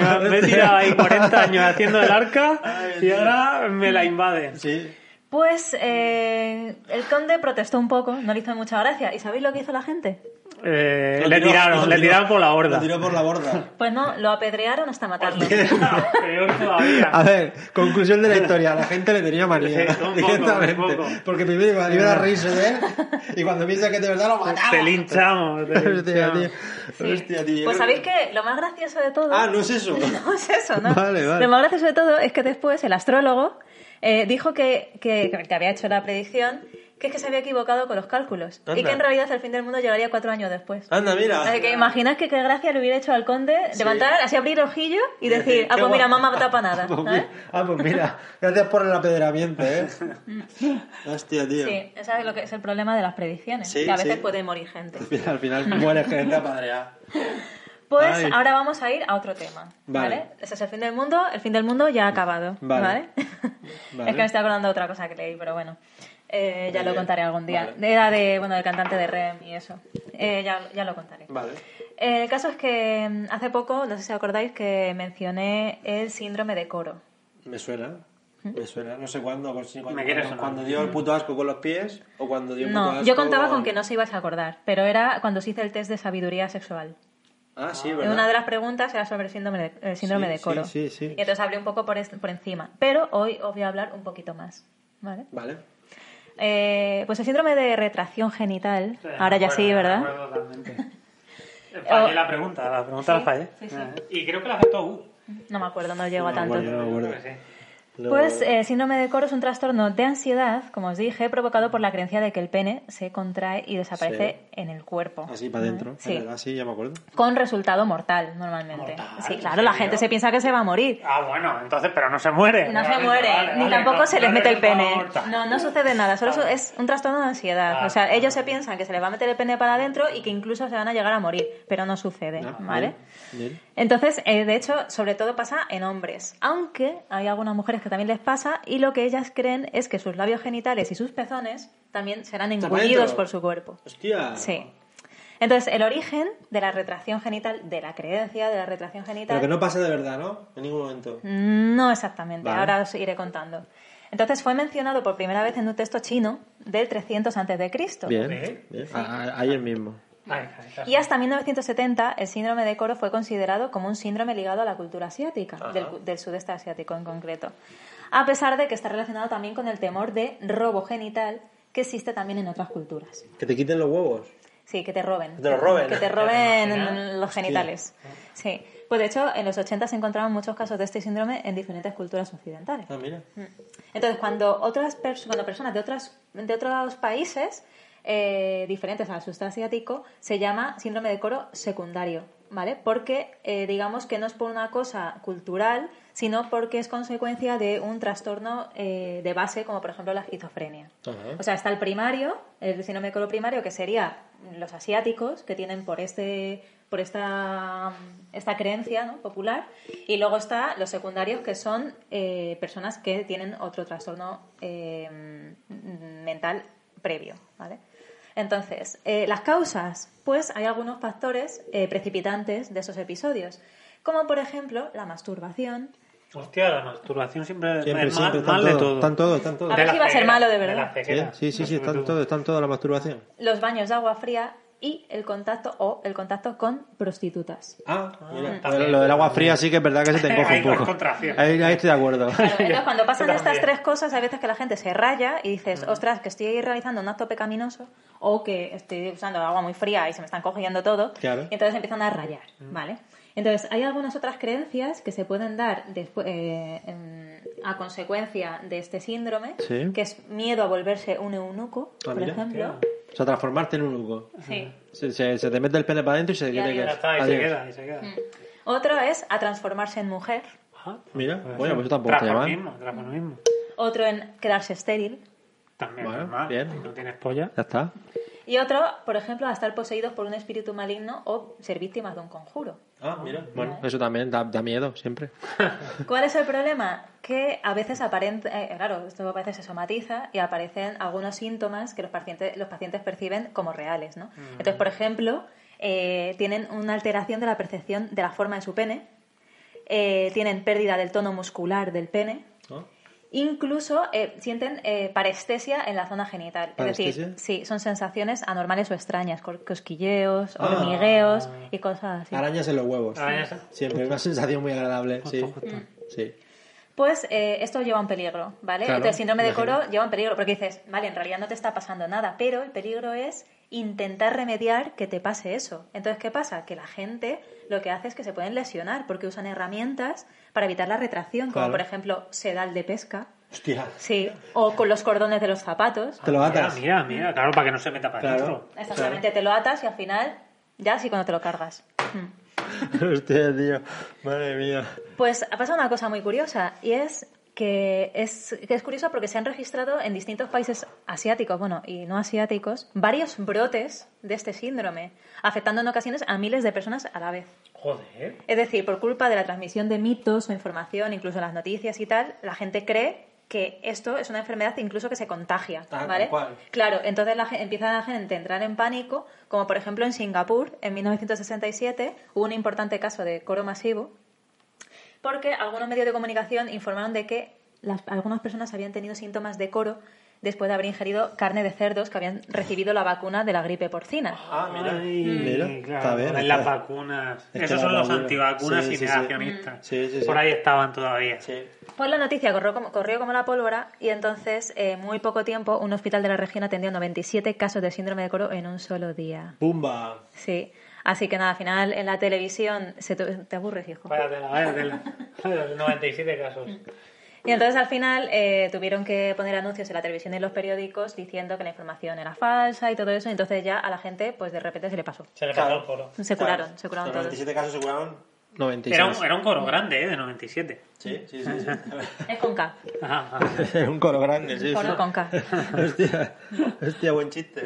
Speaker 2: cabrones! Me he tirado ahí 40 años haciendo el arca y ahora me la invaden.
Speaker 1: Sí.
Speaker 3: Pues eh, el conde protestó un poco, no le hizo mucha gracia. ¿Y sabéis lo que hizo la gente?
Speaker 2: Eh,
Speaker 1: Lo
Speaker 2: le
Speaker 1: tiró-
Speaker 2: tiraron,
Speaker 1: lo
Speaker 2: le
Speaker 1: tiró-
Speaker 2: tiraron por la
Speaker 1: Lo
Speaker 2: borda.
Speaker 1: tiró por la borda.
Speaker 3: Pues no, lo apedrearon hasta matarlo.
Speaker 2: Peor todavía.
Speaker 1: A ver, conclusión de la historia. La gente le tenía manía.
Speaker 2: Sí, un poco,
Speaker 1: directamente.
Speaker 2: un poco.
Speaker 1: Porque primero iba, iban a reírse de él. ¿eh? Y cuando piensa que de verdad lo
Speaker 2: Ah, Te
Speaker 1: mataron.
Speaker 2: linchamos. te
Speaker 1: Hostia,
Speaker 2: linchamos.
Speaker 1: tío.
Speaker 3: Sí.
Speaker 1: Hostia, tío.
Speaker 3: Pues sabéis que lo más gracioso de todo...
Speaker 1: Ah, no es eso.
Speaker 3: No es eso, ¿no?
Speaker 1: Vale, vale.
Speaker 3: Lo más gracioso de todo es que después el astrólogo eh, dijo que, que, que había hecho la predicción que es que se había equivocado con los cálculos y
Speaker 1: Anda.
Speaker 3: que en realidad el fin del mundo llegaría cuatro años después.
Speaker 1: Anda, mira.
Speaker 3: Así que imaginas que qué gracia le hubiera hecho al conde levantar, así abrir ojillo y decir, ah,
Speaker 1: Qué
Speaker 3: pues mira,
Speaker 1: guapo.
Speaker 3: mamá tapa nada.
Speaker 1: Pues
Speaker 3: ¿sabes?
Speaker 1: mi- Ah, pues mira. Gracias por el apedramiento, ¿eh? Hostia, tío.
Speaker 3: Sí, ese es lo que es el problema de las predicciones,
Speaker 1: Sí,
Speaker 3: que a veces
Speaker 1: sí.
Speaker 3: puede morir gente.
Speaker 1: Al final muere gente apadreada.
Speaker 3: Pues
Speaker 1: Ay.
Speaker 3: ahora vamos a ir a otro tema, ¿vale?
Speaker 1: Vale.
Speaker 3: Ese es el fin del mundo, el fin del mundo ya ha acabado, ¿vale?
Speaker 1: Vale.
Speaker 3: es que me estoy acordando de otra cosa que leí, pero bueno, eh, ya
Speaker 1: Muy
Speaker 3: lo
Speaker 1: bien.
Speaker 3: contaré algún día.
Speaker 1: Vale.
Speaker 3: Era de, bueno, del cantante de Rem y eso, Eh, ya, ya lo contaré.
Speaker 1: Vale.
Speaker 3: Eh, El caso es que mm, hace poco, no sé si acordáis, que mencioné el síndrome de coro.
Speaker 1: Me suena.
Speaker 6: Me suena, no sé cuándo, con- cuando,
Speaker 2: Me quiere sonar.
Speaker 6: cuando dio el puto asco con los pies o cuando dio el puto
Speaker 3: No,
Speaker 6: asco
Speaker 3: yo contaba con que no se ibas a acordar, pero era cuando se hizo el test de sabiduría sexual.
Speaker 6: Ah, sí,
Speaker 3: En
Speaker 6: ¿verdad?
Speaker 3: Una de las preguntas era sobre el síndrome de, el síndrome
Speaker 6: Sí,
Speaker 3: de coro.
Speaker 6: sí, sí, sí.
Speaker 3: Y entonces hablé un poco por, est- por encima. Pero hoy os voy a hablar un poquito más. ¿Vale?
Speaker 6: Vale.
Speaker 3: Eh, pues el síndrome de retracción genital. Ahora ya sí,
Speaker 2: Me
Speaker 3: ¿verdad? Oh.
Speaker 2: acuerdo totalmente. Eh, Fallé la pregunta, la pregunta la
Speaker 3: Sí,
Speaker 2: fallé.
Speaker 3: sí, sí.
Speaker 2: Y creo que la aceptó U.
Speaker 3: No me acuerdo, no llego a
Speaker 6: No me
Speaker 3: tanto.
Speaker 6: acuerdo, no me acuerdo.
Speaker 2: Creo que sí.
Speaker 6: No-
Speaker 3: Pues eh, síndrome de coro es un trastorno de ansiedad, como os dije, provocado por la creencia de que el pene se contrae y desaparece en el cuerpo.
Speaker 6: Así para adentro.
Speaker 3: Sí.
Speaker 6: Así ya me acuerdo.
Speaker 3: Con resultado mortal, normalmente.
Speaker 2: ¿Mortal?
Speaker 3: Sí,
Speaker 2: ¿En
Speaker 3: claro, la
Speaker 2: serio?
Speaker 3: gente se piensa que se va a morir.
Speaker 2: Ah, bueno, entonces, pero no se muere.
Speaker 3: No se
Speaker 2: Vale,
Speaker 3: muere,
Speaker 2: vale,
Speaker 3: ni
Speaker 2: vale,
Speaker 3: tampoco
Speaker 2: no-
Speaker 3: se les
Speaker 2: no
Speaker 3: mete el
Speaker 2: resulta
Speaker 3: pene.
Speaker 2: morta.
Speaker 3: No, no sucede nada, solo eso es un trastorno de ansiedad.
Speaker 2: Vale.
Speaker 3: O sea, ellos se piensan que se les va a meter el pene para adentro y que incluso se van a llegar a morir, pero no sucede,
Speaker 6: Ah,
Speaker 3: ¿vale?
Speaker 6: bien, bien.
Speaker 3: Entonces, eh, de hecho, sobre todo pasa en hombres, aunque hay algunas mujeres que también les pasa y lo que ellas creen es que sus labios genitales y sus pezones también serán
Speaker 6: Está para
Speaker 3: engullidos
Speaker 6: dentro.
Speaker 3: por su cuerpo.
Speaker 6: Hostia.
Speaker 3: Sí. Entonces, el origen de la retracción genital, de la creencia de la retracción genital,
Speaker 6: Pero que no pasa de verdad, ¿no? En ningún momento.
Speaker 3: no exactamente,
Speaker 6: Vale.
Speaker 3: ahora os iré contando. Entonces fue mencionado por primera vez en un texto chino del 300 antes de Cristo.
Speaker 6: Bien. bien. A- a- ayer mismo.
Speaker 2: Ahí, ahí está.
Speaker 3: Y hasta 1970 el síndrome de Coro fue considerado como un síndrome ligado a la cultura asiática, del, cu- del sudeste asiático en concreto. A pesar de que está relacionado también con el temor de robo genital que existe también en otras culturas.
Speaker 6: Que te quiten los huevos.
Speaker 3: Sí, que te roben.
Speaker 6: Que te lo roben.
Speaker 3: Que te roben los genitales. Sí. Pues de hecho, en los 80 se encontraban muchos casos de este síndrome en diferentes culturas occidentales.
Speaker 6: Ah, mira.
Speaker 3: Entonces, cuando otras pers- cuando personas de otras de otros países eh, diferentes al sudeste asiático se llama síndrome de coro secundario, ¿vale? Porque eh, digamos que no es por una cosa cultural, sino porque es consecuencia de un trastorno eh, de base, como por ejemplo la esquizofrenia.
Speaker 6: Ajá.
Speaker 3: O sea, está el primario, el síndrome de coro primario, que sería los asiáticos, que tienen por este por esta, esta creencia ¿no? popular, y luego está los secundarios, que son eh, personas que tienen otro trastorno eh, mm, mental previo, ¿vale? Entonces, eh, las causas, pues hay algunos factores eh, precipitantes de esos episodios, como por ejemplo la masturbación,
Speaker 2: Hostia, la masturbación siempre,
Speaker 6: Siempre,
Speaker 2: es mal,
Speaker 6: siempre.
Speaker 2: mal
Speaker 6: Están
Speaker 2: de
Speaker 6: todos.
Speaker 2: todo.
Speaker 6: Están todos, están todos.
Speaker 3: A
Speaker 2: De
Speaker 3: ver
Speaker 2: la
Speaker 3: si va a ser
Speaker 2: ceguera,
Speaker 3: malo de
Speaker 2: la
Speaker 3: verdad.
Speaker 6: Sí,
Speaker 2: ceguera.
Speaker 6: sí, sí, sí, están
Speaker 2: Sobre
Speaker 6: todos, están todos la masturbación.
Speaker 3: los baños de agua fría y el contacto o el contacto con prostitutas.
Speaker 6: Ah, mira.
Speaker 2: también.
Speaker 6: Bueno, lo del agua fría sí que es verdad que se te encoge
Speaker 2: Ahí
Speaker 6: un
Speaker 2: con
Speaker 6: poco.
Speaker 2: contracción.
Speaker 6: Ahí, ahí estoy de acuerdo.
Speaker 3: Claro, entonces cuando pasan
Speaker 2: Yo
Speaker 3: estas
Speaker 2: también.
Speaker 3: tres cosas, hay veces que la gente se raya y dices, ostras, que estoy realizando un acto pecaminoso o que estoy usando agua muy fría y se me están cogiendo todo.
Speaker 6: Claro. Mm.
Speaker 3: Y entonces empiezan a rayar, ¿vale? Entonces, hay algunas otras creencias que se pueden dar despu- eh, em, a consecuencia de este síndrome,
Speaker 6: Sí.
Speaker 3: que es miedo a volverse un eunuco,
Speaker 6: Ah,
Speaker 3: por
Speaker 6: mira,
Speaker 3: ejemplo.
Speaker 6: O sea, transformarte en un hugo.
Speaker 3: Sí.
Speaker 6: Se, se, se te mete el pene para adentro y se te
Speaker 3: Ya,
Speaker 6: quiere
Speaker 3: ya
Speaker 6: que.
Speaker 2: Ya está, ahí se
Speaker 6: Adiós.
Speaker 2: queda, ahí se queda.
Speaker 3: Otro es a transformarse en mujer. Ah.
Speaker 2: Ajá.
Speaker 6: Mira,
Speaker 2: Puede
Speaker 6: bueno,
Speaker 2: ser.
Speaker 6: pues eso tampoco está mal.
Speaker 2: Transformismo, transformismo.
Speaker 3: Otro en quedarse estéril.
Speaker 2: También
Speaker 6: Bueno,
Speaker 2: normal.
Speaker 6: bien.
Speaker 2: Si no tienes polla.
Speaker 6: Ya está.
Speaker 3: Y otro, por ejemplo, a estar poseídos por un espíritu maligno o ser víctimas de un conjuro.
Speaker 6: Ah, mira. Bueno, eso también da, da miedo, siempre.
Speaker 3: ¿Cuál es el problema? Que a veces aparente, eh, claro, esto a veces se somatiza y aparecen algunos síntomas que los pacientes, los pacientes perciben como reales, ¿no? Entonces, por ejemplo, eh, tienen una alteración de la percepción de la forma de su pene, eh, tienen pérdida del tono muscular del pene,
Speaker 6: ¿No?
Speaker 3: Incluso eh, sienten eh, parestesia en la zona genital. Es decir,
Speaker 6: ¿Parestesia?
Speaker 3: sí, son sensaciones anormales o extrañas, cor- cosquilleos,
Speaker 6: Ah.
Speaker 3: hormigueos y cosas así.
Speaker 6: Arañas en los huevos.
Speaker 2: Arañas en- Mm.
Speaker 6: Siempre, una sensación muy agradable. Sí. sí.
Speaker 3: Pues eh, esto lleva a un peligro, ¿vale?
Speaker 6: Claro,
Speaker 3: Entonces, el síndrome de
Speaker 6: imagino.
Speaker 3: coro lleva a un peligro, porque dices, vale, en realidad no te está pasando nada, pero el peligro es intentar remediar que te pase eso. Entonces, ¿qué pasa? Que la gente lo que hace es que se pueden lesionar porque usan herramientas para evitar la retracción,
Speaker 6: Claro.
Speaker 3: como por ejemplo sedal de pesca,
Speaker 6: Hostia.
Speaker 3: sí, o con los cordones de los zapatos.
Speaker 6: Te lo atas.
Speaker 2: Mira, mira, mira, claro, para que no se meta para
Speaker 6: Claro.
Speaker 2: adentro.
Speaker 3: Exactamente, te lo atas y al final ya sí cuando te lo cargas. Mm.
Speaker 6: Hostia, tío. Madre mía.
Speaker 3: Pues ha pasado una cosa muy curiosa y es que es, que es curioso porque se han registrado en distintos países asiáticos, bueno, y no asiáticos, varios brotes de este síndrome, afectando en ocasiones a miles de personas a la vez.
Speaker 2: Joder.
Speaker 3: Es decir, por culpa de la transmisión de mitos o información, incluso en las noticias y tal, la gente cree que esto es una enfermedad incluso que se contagia,
Speaker 6: Ah, tal
Speaker 3: ¿vale?
Speaker 6: cual.
Speaker 3: Claro, entonces la, gen- empieza la gente a entrar en pánico, como por ejemplo en Singapur, en 1967, hubo un importante caso de coro masivo, porque algunos medios de comunicación informaron de que las- algunas personas habían tenido síntomas de coro después de haber ingerido carne de cerdos que habían recibido la vacuna de la gripe porcina.
Speaker 7: Ah, mira.
Speaker 2: Ay,
Speaker 1: Mira,
Speaker 2: claro,
Speaker 1: está bien,
Speaker 2: en
Speaker 1: está
Speaker 2: las
Speaker 1: bien.
Speaker 2: vacunas.
Speaker 1: Es que
Speaker 2: Esos
Speaker 1: las
Speaker 2: son los
Speaker 1: vacunas.
Speaker 2: antivacunas
Speaker 1: Sí,
Speaker 2: y
Speaker 1: sí, sí.
Speaker 2: negacionistas.
Speaker 1: Sí, sí, sí.
Speaker 2: Por ahí estaban todavía.
Speaker 7: Sí.
Speaker 3: Pues la noticia corrió como, corrió como la pólvora y entonces, eh, muy poco tiempo, un hospital de la región atendió 97 casos de síndrome de coro en un solo día.
Speaker 1: ¡Pumba!
Speaker 3: Sí. Así que nada, al final en la televisión se tu- te aburres, hijo.
Speaker 2: Váyatela, váyatela. 97 casos.
Speaker 3: Y entonces al final eh, tuvieron que poner anuncios en la televisión y en los periódicos diciendo que la información era falsa y todo eso. Y entonces ya a la gente, pues de repente se le pasó.
Speaker 2: Se le pasó el coro.
Speaker 3: Se curaron, se curaron todos.
Speaker 1: casos se curaron 96.
Speaker 2: Era un, era un coro grande, ¿eh? De 97.
Speaker 1: Sí, sí, sí. sí.
Speaker 3: Es con K.
Speaker 2: Ajá, ajá.
Speaker 1: Era un coro grande, sí.
Speaker 3: Coro con K.
Speaker 1: Hostia, hostia, buen chiste.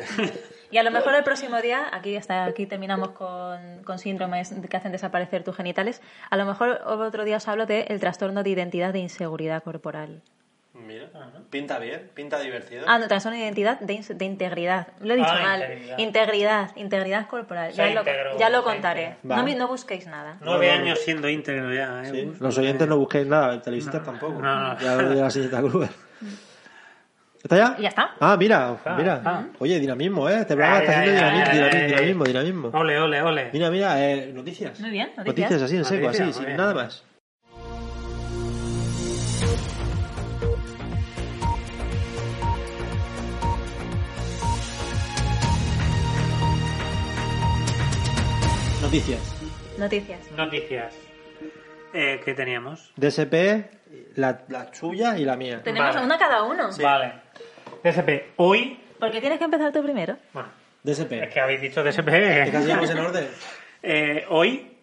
Speaker 3: Y a lo mejor el próximo día, aquí hasta aquí terminamos con, con síndromes que hacen desaparecer tus genitales, a lo mejor otro día os hablo del trastorno de identidad de inseguridad corporal.
Speaker 1: Mira,
Speaker 2: ah,
Speaker 1: pinta bien, pinta divertido.
Speaker 3: Ah, no, trastorno de identidad de, ins- de integridad. Lo he dicho
Speaker 2: Ah,
Speaker 3: mal.
Speaker 2: integridad.
Speaker 3: Integridad. integridad, corporal.
Speaker 2: Se
Speaker 3: Ya lo,
Speaker 2: integró,
Speaker 3: ya lo
Speaker 2: se
Speaker 3: contaré.
Speaker 2: integró.
Speaker 3: No,
Speaker 1: Vale.
Speaker 3: mi- no busquéis nada.
Speaker 2: Nueve años siendo íntegro ya, ¿eh?
Speaker 1: Sí, Los oyentes no busquéis nada, el televisor tampoco.
Speaker 2: no, no.
Speaker 1: Ya lo de la señorita Gruber. ¿Está ya?
Speaker 3: Ya está.
Speaker 1: Ah, mira, mira.
Speaker 2: ah.
Speaker 1: Oye, dinamismo, ¿eh? Este programa está
Speaker 2: Ay,
Speaker 1: haciendo
Speaker 2: ay,
Speaker 1: dinamismo,
Speaker 2: ay,
Speaker 1: dinamismo,
Speaker 2: ay,
Speaker 1: dinamismo,
Speaker 2: ay.
Speaker 1: dinamismo.
Speaker 2: Ole, ole, ole.
Speaker 1: Mira, mira, eh, noticias.
Speaker 3: Muy bien, noticias.
Speaker 1: Noticias así en seco,
Speaker 2: Noticias,
Speaker 1: así, sin
Speaker 2: muy bien.
Speaker 1: nada más. Noticias.
Speaker 3: Noticias.
Speaker 2: Noticias. Eh, ¿Qué teníamos?
Speaker 1: DSP, la, la suya y la mía.
Speaker 3: Tenemos
Speaker 2: Vale.
Speaker 3: una cada uno.
Speaker 2: Vale. DSP, hoy...
Speaker 3: ¿Por qué tienes que empezar tú primero?
Speaker 2: Bueno,
Speaker 1: DSP.
Speaker 2: es que habéis dicho
Speaker 1: ¿Qué hacíamos en
Speaker 2: DSP.
Speaker 1: orden?
Speaker 2: Eh, hoy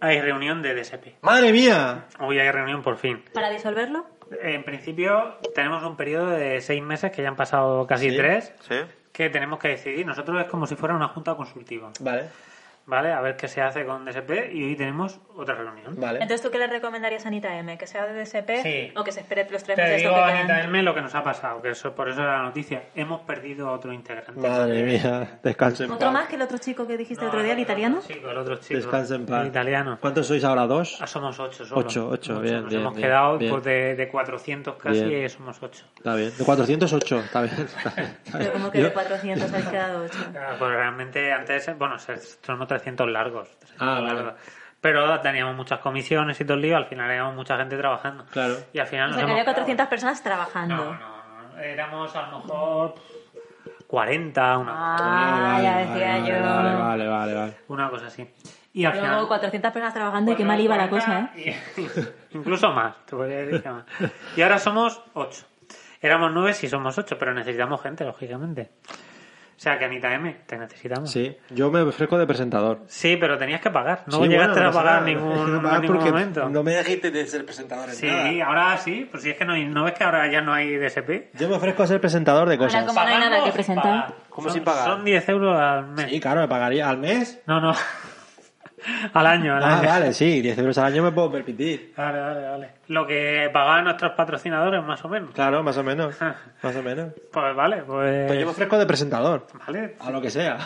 Speaker 2: hay reunión de DSP.
Speaker 1: ¡Madre mía!
Speaker 2: Hoy hay reunión por fin.
Speaker 3: ¿Para disolverlo?
Speaker 2: En principio tenemos un periodo de seis meses, que ya han pasado casi tres,
Speaker 1: Sí.
Speaker 2: que tenemos que decidir. Nosotros es como si fuera una junta consultiva,
Speaker 1: Vale,
Speaker 2: ¿vale? A ver qué se hace con DSP y hoy tenemos otra reunión.
Speaker 1: vale.
Speaker 3: Entonces, ¿tú qué le recomendarías a Anita M? ¿Que sea de DSP
Speaker 2: Sí.
Speaker 3: o que se espere los tres
Speaker 2: Te
Speaker 3: meses? o
Speaker 2: digo,
Speaker 3: que quedan?
Speaker 2: Anita Elme, lo que nos ha pasado, que eso por eso era la noticia. Hemos perdido a otro integrante.
Speaker 1: Madre mía, descansen.
Speaker 3: ¿Otro más que el otro chico que dijiste ¿Este otro día, el italiano?
Speaker 2: Sí, el otro chico.
Speaker 1: Descansen en paz.
Speaker 2: El italiano.
Speaker 1: ¿Cuántos sois ahora? ¿Dos?
Speaker 2: Ah, somos ocho solo.
Speaker 1: Ocho, ocho, bien,
Speaker 2: Nos
Speaker 1: bien,
Speaker 2: hemos
Speaker 1: bien,
Speaker 2: quedado
Speaker 1: bien.
Speaker 2: pues, de, de 400 casi
Speaker 1: Bien.
Speaker 2: eh, somos ocho.
Speaker 1: Está bien. De 408, está bien. Está bien, está bien.
Speaker 3: Pero como que de
Speaker 1: Yo-
Speaker 3: 400 habéis quedado 8.
Speaker 2: Ah, Pues realmente antes, bueno, se- somos 300 largos. 300
Speaker 1: Ah, vale.
Speaker 2: largos. Pero teníamos muchas comisiones y todo el lío, al final éramos mucha gente trabajando.
Speaker 1: Claro.
Speaker 2: Y al final
Speaker 3: O
Speaker 2: nos
Speaker 3: sea, que
Speaker 2: hemos
Speaker 3: había
Speaker 2: quedado-
Speaker 3: 400 personas trabajando.
Speaker 2: No, no, no. Éramos a lo mejor 40, una,
Speaker 3: Ah, ya
Speaker 1: Vale,
Speaker 3: decía
Speaker 1: vale,
Speaker 3: yo.
Speaker 1: Vale, vale, vale, vale.
Speaker 2: una cosa así. Y al final.
Speaker 3: Luego 400 personas trabajando y qué mal iba la cosa, ¿eh?
Speaker 2: Y- Incluso más, te podría decir que más. Y ahora somos 8. Éramos 9 si somos 8, pero necesitamos gente, lógicamente. O sea, que Anita M, te necesitamos.
Speaker 1: Sí, yo me ofrezco de presentador.
Speaker 2: Sí, pero tenías que pagar. No
Speaker 1: Sí,
Speaker 2: llegaste
Speaker 1: bueno,
Speaker 2: a
Speaker 1: no pasa
Speaker 2: pagar
Speaker 1: nada.
Speaker 2: ningún,
Speaker 1: No pasa
Speaker 2: en ningún
Speaker 1: porque
Speaker 2: momento.
Speaker 1: No me dejaste de ser presentador en
Speaker 2: sí,
Speaker 1: nada.
Speaker 2: ahora sí. Pues si es que no, hay- ¿no ves que ahora ya no hay DSP.
Speaker 1: Yo me ofrezco a ser presentador de cosas.
Speaker 3: Como no hay
Speaker 2: Pagamos
Speaker 3: nada que
Speaker 2: sin
Speaker 3: presentar.
Speaker 2: pagar.
Speaker 1: ¿Cómo
Speaker 2: son,
Speaker 1: sin pagar?
Speaker 2: Son 10 euros al mes.
Speaker 1: Sí, claro, me pagaría al mes.
Speaker 2: No, no. al año, al
Speaker 1: Ah,
Speaker 2: año.
Speaker 1: vale, sí, 10 euros al año me puedo permitir.
Speaker 2: Vale, vale, vale. Lo que pagaban nuestros patrocinadores, más o menos.
Speaker 1: Claro, más o menos.
Speaker 2: Ah.
Speaker 1: Más o menos.
Speaker 2: Pues vale, pues...
Speaker 1: Pues yo me ofrezco de presentador.
Speaker 2: Vale.
Speaker 1: A lo que sea.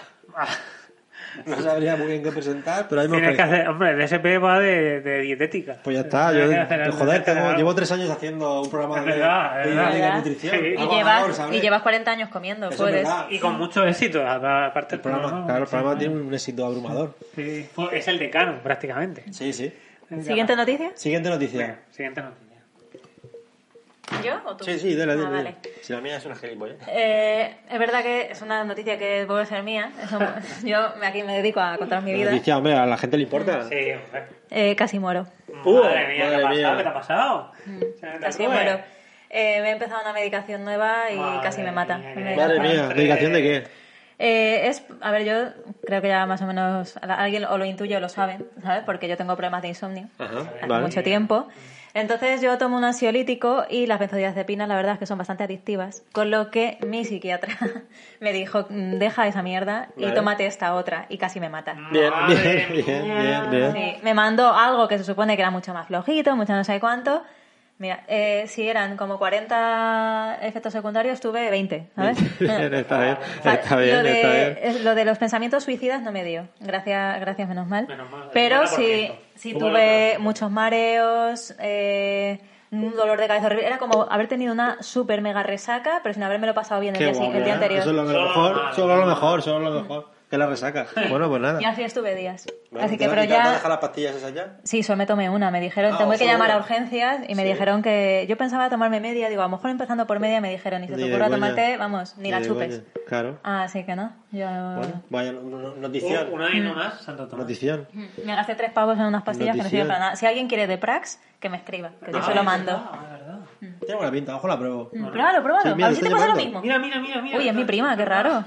Speaker 1: No sabría muy bien qué presentar, pero ahí me
Speaker 2: Tienes que
Speaker 1: ofrezco.
Speaker 2: hacer... Hombre, el DSP va de, de dietética.
Speaker 1: Pues ya está,
Speaker 2: Tienes
Speaker 1: yo,
Speaker 2: que hacer algo,
Speaker 1: joder,
Speaker 2: tienes que hacer
Speaker 1: tengo-
Speaker 2: algo.
Speaker 1: llevo tres años haciendo un programa
Speaker 2: Es
Speaker 1: de,
Speaker 2: verdad, es
Speaker 1: de-
Speaker 2: verdad.
Speaker 1: de nutrición.
Speaker 2: Sí. Y
Speaker 3: Y
Speaker 1: Algo mejor,
Speaker 3: llevas,
Speaker 1: ¿sabes?
Speaker 3: y llevas 40 años comiendo,
Speaker 1: Eso es
Speaker 3: puedes.
Speaker 1: verdad.
Speaker 2: Y con mucho éxito, aparte
Speaker 1: El
Speaker 2: del
Speaker 1: programa, claro, el programa tiene un éxito abrumador.
Speaker 2: Sí, fue- es el decano, prácticamente.
Speaker 1: Sí, sí.
Speaker 3: ¿Siguiente noticia?
Speaker 1: Siguiente noticia.
Speaker 2: Venga, Siguiente noticia.
Speaker 3: ¿Yo o tú?
Speaker 1: Sí, sí, dale,
Speaker 3: Ah,
Speaker 1: dale.
Speaker 3: vale.
Speaker 1: Si la mía es una gilipollas.
Speaker 3: Eh, es verdad que es una noticia que vuelve a ser mía. Eso- yo me- aquí me dedico a contar mi vida.
Speaker 1: Noticia, hombre, a la gente le importa.
Speaker 2: Sí, hombre.
Speaker 3: Eh, casi muero.
Speaker 1: Uh,
Speaker 2: madre mía, ¿qué,
Speaker 1: madre
Speaker 2: ha pasado?
Speaker 1: mía.
Speaker 2: ¿qué te ha pasado? Señorita
Speaker 3: Mm. Casi
Speaker 2: Cruz,
Speaker 3: muero. Eh, me he empezado una medicación nueva y
Speaker 2: Madre
Speaker 3: casi me mata.
Speaker 2: mía,
Speaker 3: Me
Speaker 2: qué-
Speaker 1: Madre
Speaker 3: mata.
Speaker 1: mía, ¿dedicación de qué?
Speaker 3: Eh, es, a ver, yo creo que ya más o menos a- alguien o lo intuye o lo sabe, ¿sabes? Porque yo tengo problemas de insomnio
Speaker 1: Ajá,
Speaker 3: hace
Speaker 1: vale.
Speaker 3: mucho tiempo. Entonces yo tomo un ansiolítico y las benzodiazepinas la verdad es que son bastante adictivas, con lo que mi psiquiatra me dijo, "Mm, deja esa mierda y
Speaker 1: Vale.
Speaker 3: tómate esta otra y casi me mata.
Speaker 1: Bien,
Speaker 2: Madre
Speaker 1: bien, bien,
Speaker 2: mía.
Speaker 1: bien, bien.
Speaker 3: Sí, me mandó algo que se supone que era mucho más flojito, mucho no sé cuánto. Mira, eh, si eran como 40 efectos secundarios, tuve 20, ¿sabes?
Speaker 1: Bien, está bien,
Speaker 3: O sea,
Speaker 1: está bien,
Speaker 3: lo, de,
Speaker 1: está bien.
Speaker 3: es- lo de los pensamientos suicidas no me dio. Gracias, gracias menos mal.
Speaker 2: Menos mal, el
Speaker 3: Pero
Speaker 2: 50%.
Speaker 3: sí, sí
Speaker 2: Tuvo
Speaker 3: tuve muchos mareos, eh, un dolor de cabeza horrible. Era como haber tenido una super mega resaca, pero sin haberme lo pasado bien el,
Speaker 1: Qué
Speaker 3: día,
Speaker 1: guapo,
Speaker 3: el día
Speaker 1: ¿eh?
Speaker 3: anterior.
Speaker 1: Eso es lo mejor, solo lo mejor, solo lo mejor. Que la resaca.
Speaker 8: Bueno, pues nada.
Speaker 3: Y así estuve días.
Speaker 1: Bueno,
Speaker 3: así
Speaker 1: ¿te
Speaker 3: que,
Speaker 1: vas
Speaker 3: pero
Speaker 1: a quitar- vas a
Speaker 3: ya...
Speaker 1: dejar las pastillas esas ya?
Speaker 3: Sí, solo me tomé una. Me dijeron,
Speaker 1: Ah,
Speaker 3: tengo que
Speaker 1: solo
Speaker 3: llamar a
Speaker 1: una.
Speaker 3: urgencias y me
Speaker 1: Sí.
Speaker 3: dijeron que yo pensaba tomarme media. Digo, a lo mejor empezando por media me dijeron, ni se
Speaker 1: Ni
Speaker 3: te
Speaker 1: de
Speaker 3: ocurra
Speaker 1: coña.
Speaker 3: tomarte, vamos, ni, la
Speaker 1: de
Speaker 3: chupes. Ah.
Speaker 1: coña. Claro.
Speaker 3: Así que no, yo...
Speaker 1: Bueno, vaya no- no- notición.
Speaker 2: Un
Speaker 3: Mm.
Speaker 2: año más, Santo Tomás.
Speaker 1: Notición.
Speaker 3: Me gasté tres pavos en unas pastillas que no sirven
Speaker 1: Notición.
Speaker 3: para nada. Si alguien quiere de Prax, que me escriba, que yo se lo mando.
Speaker 2: Ah, es verdad.
Speaker 1: Tiene buena pinta, ojo la pruebo.
Speaker 3: Mm, Pruébalo, pruébalo.
Speaker 1: Sí, mira,
Speaker 3: a ver si
Speaker 1: está
Speaker 3: te pasa lo
Speaker 1: llamando.
Speaker 3: mismo.
Speaker 2: Mira, mira, mira, mira.
Speaker 3: Uy, es mi prima, qué raro.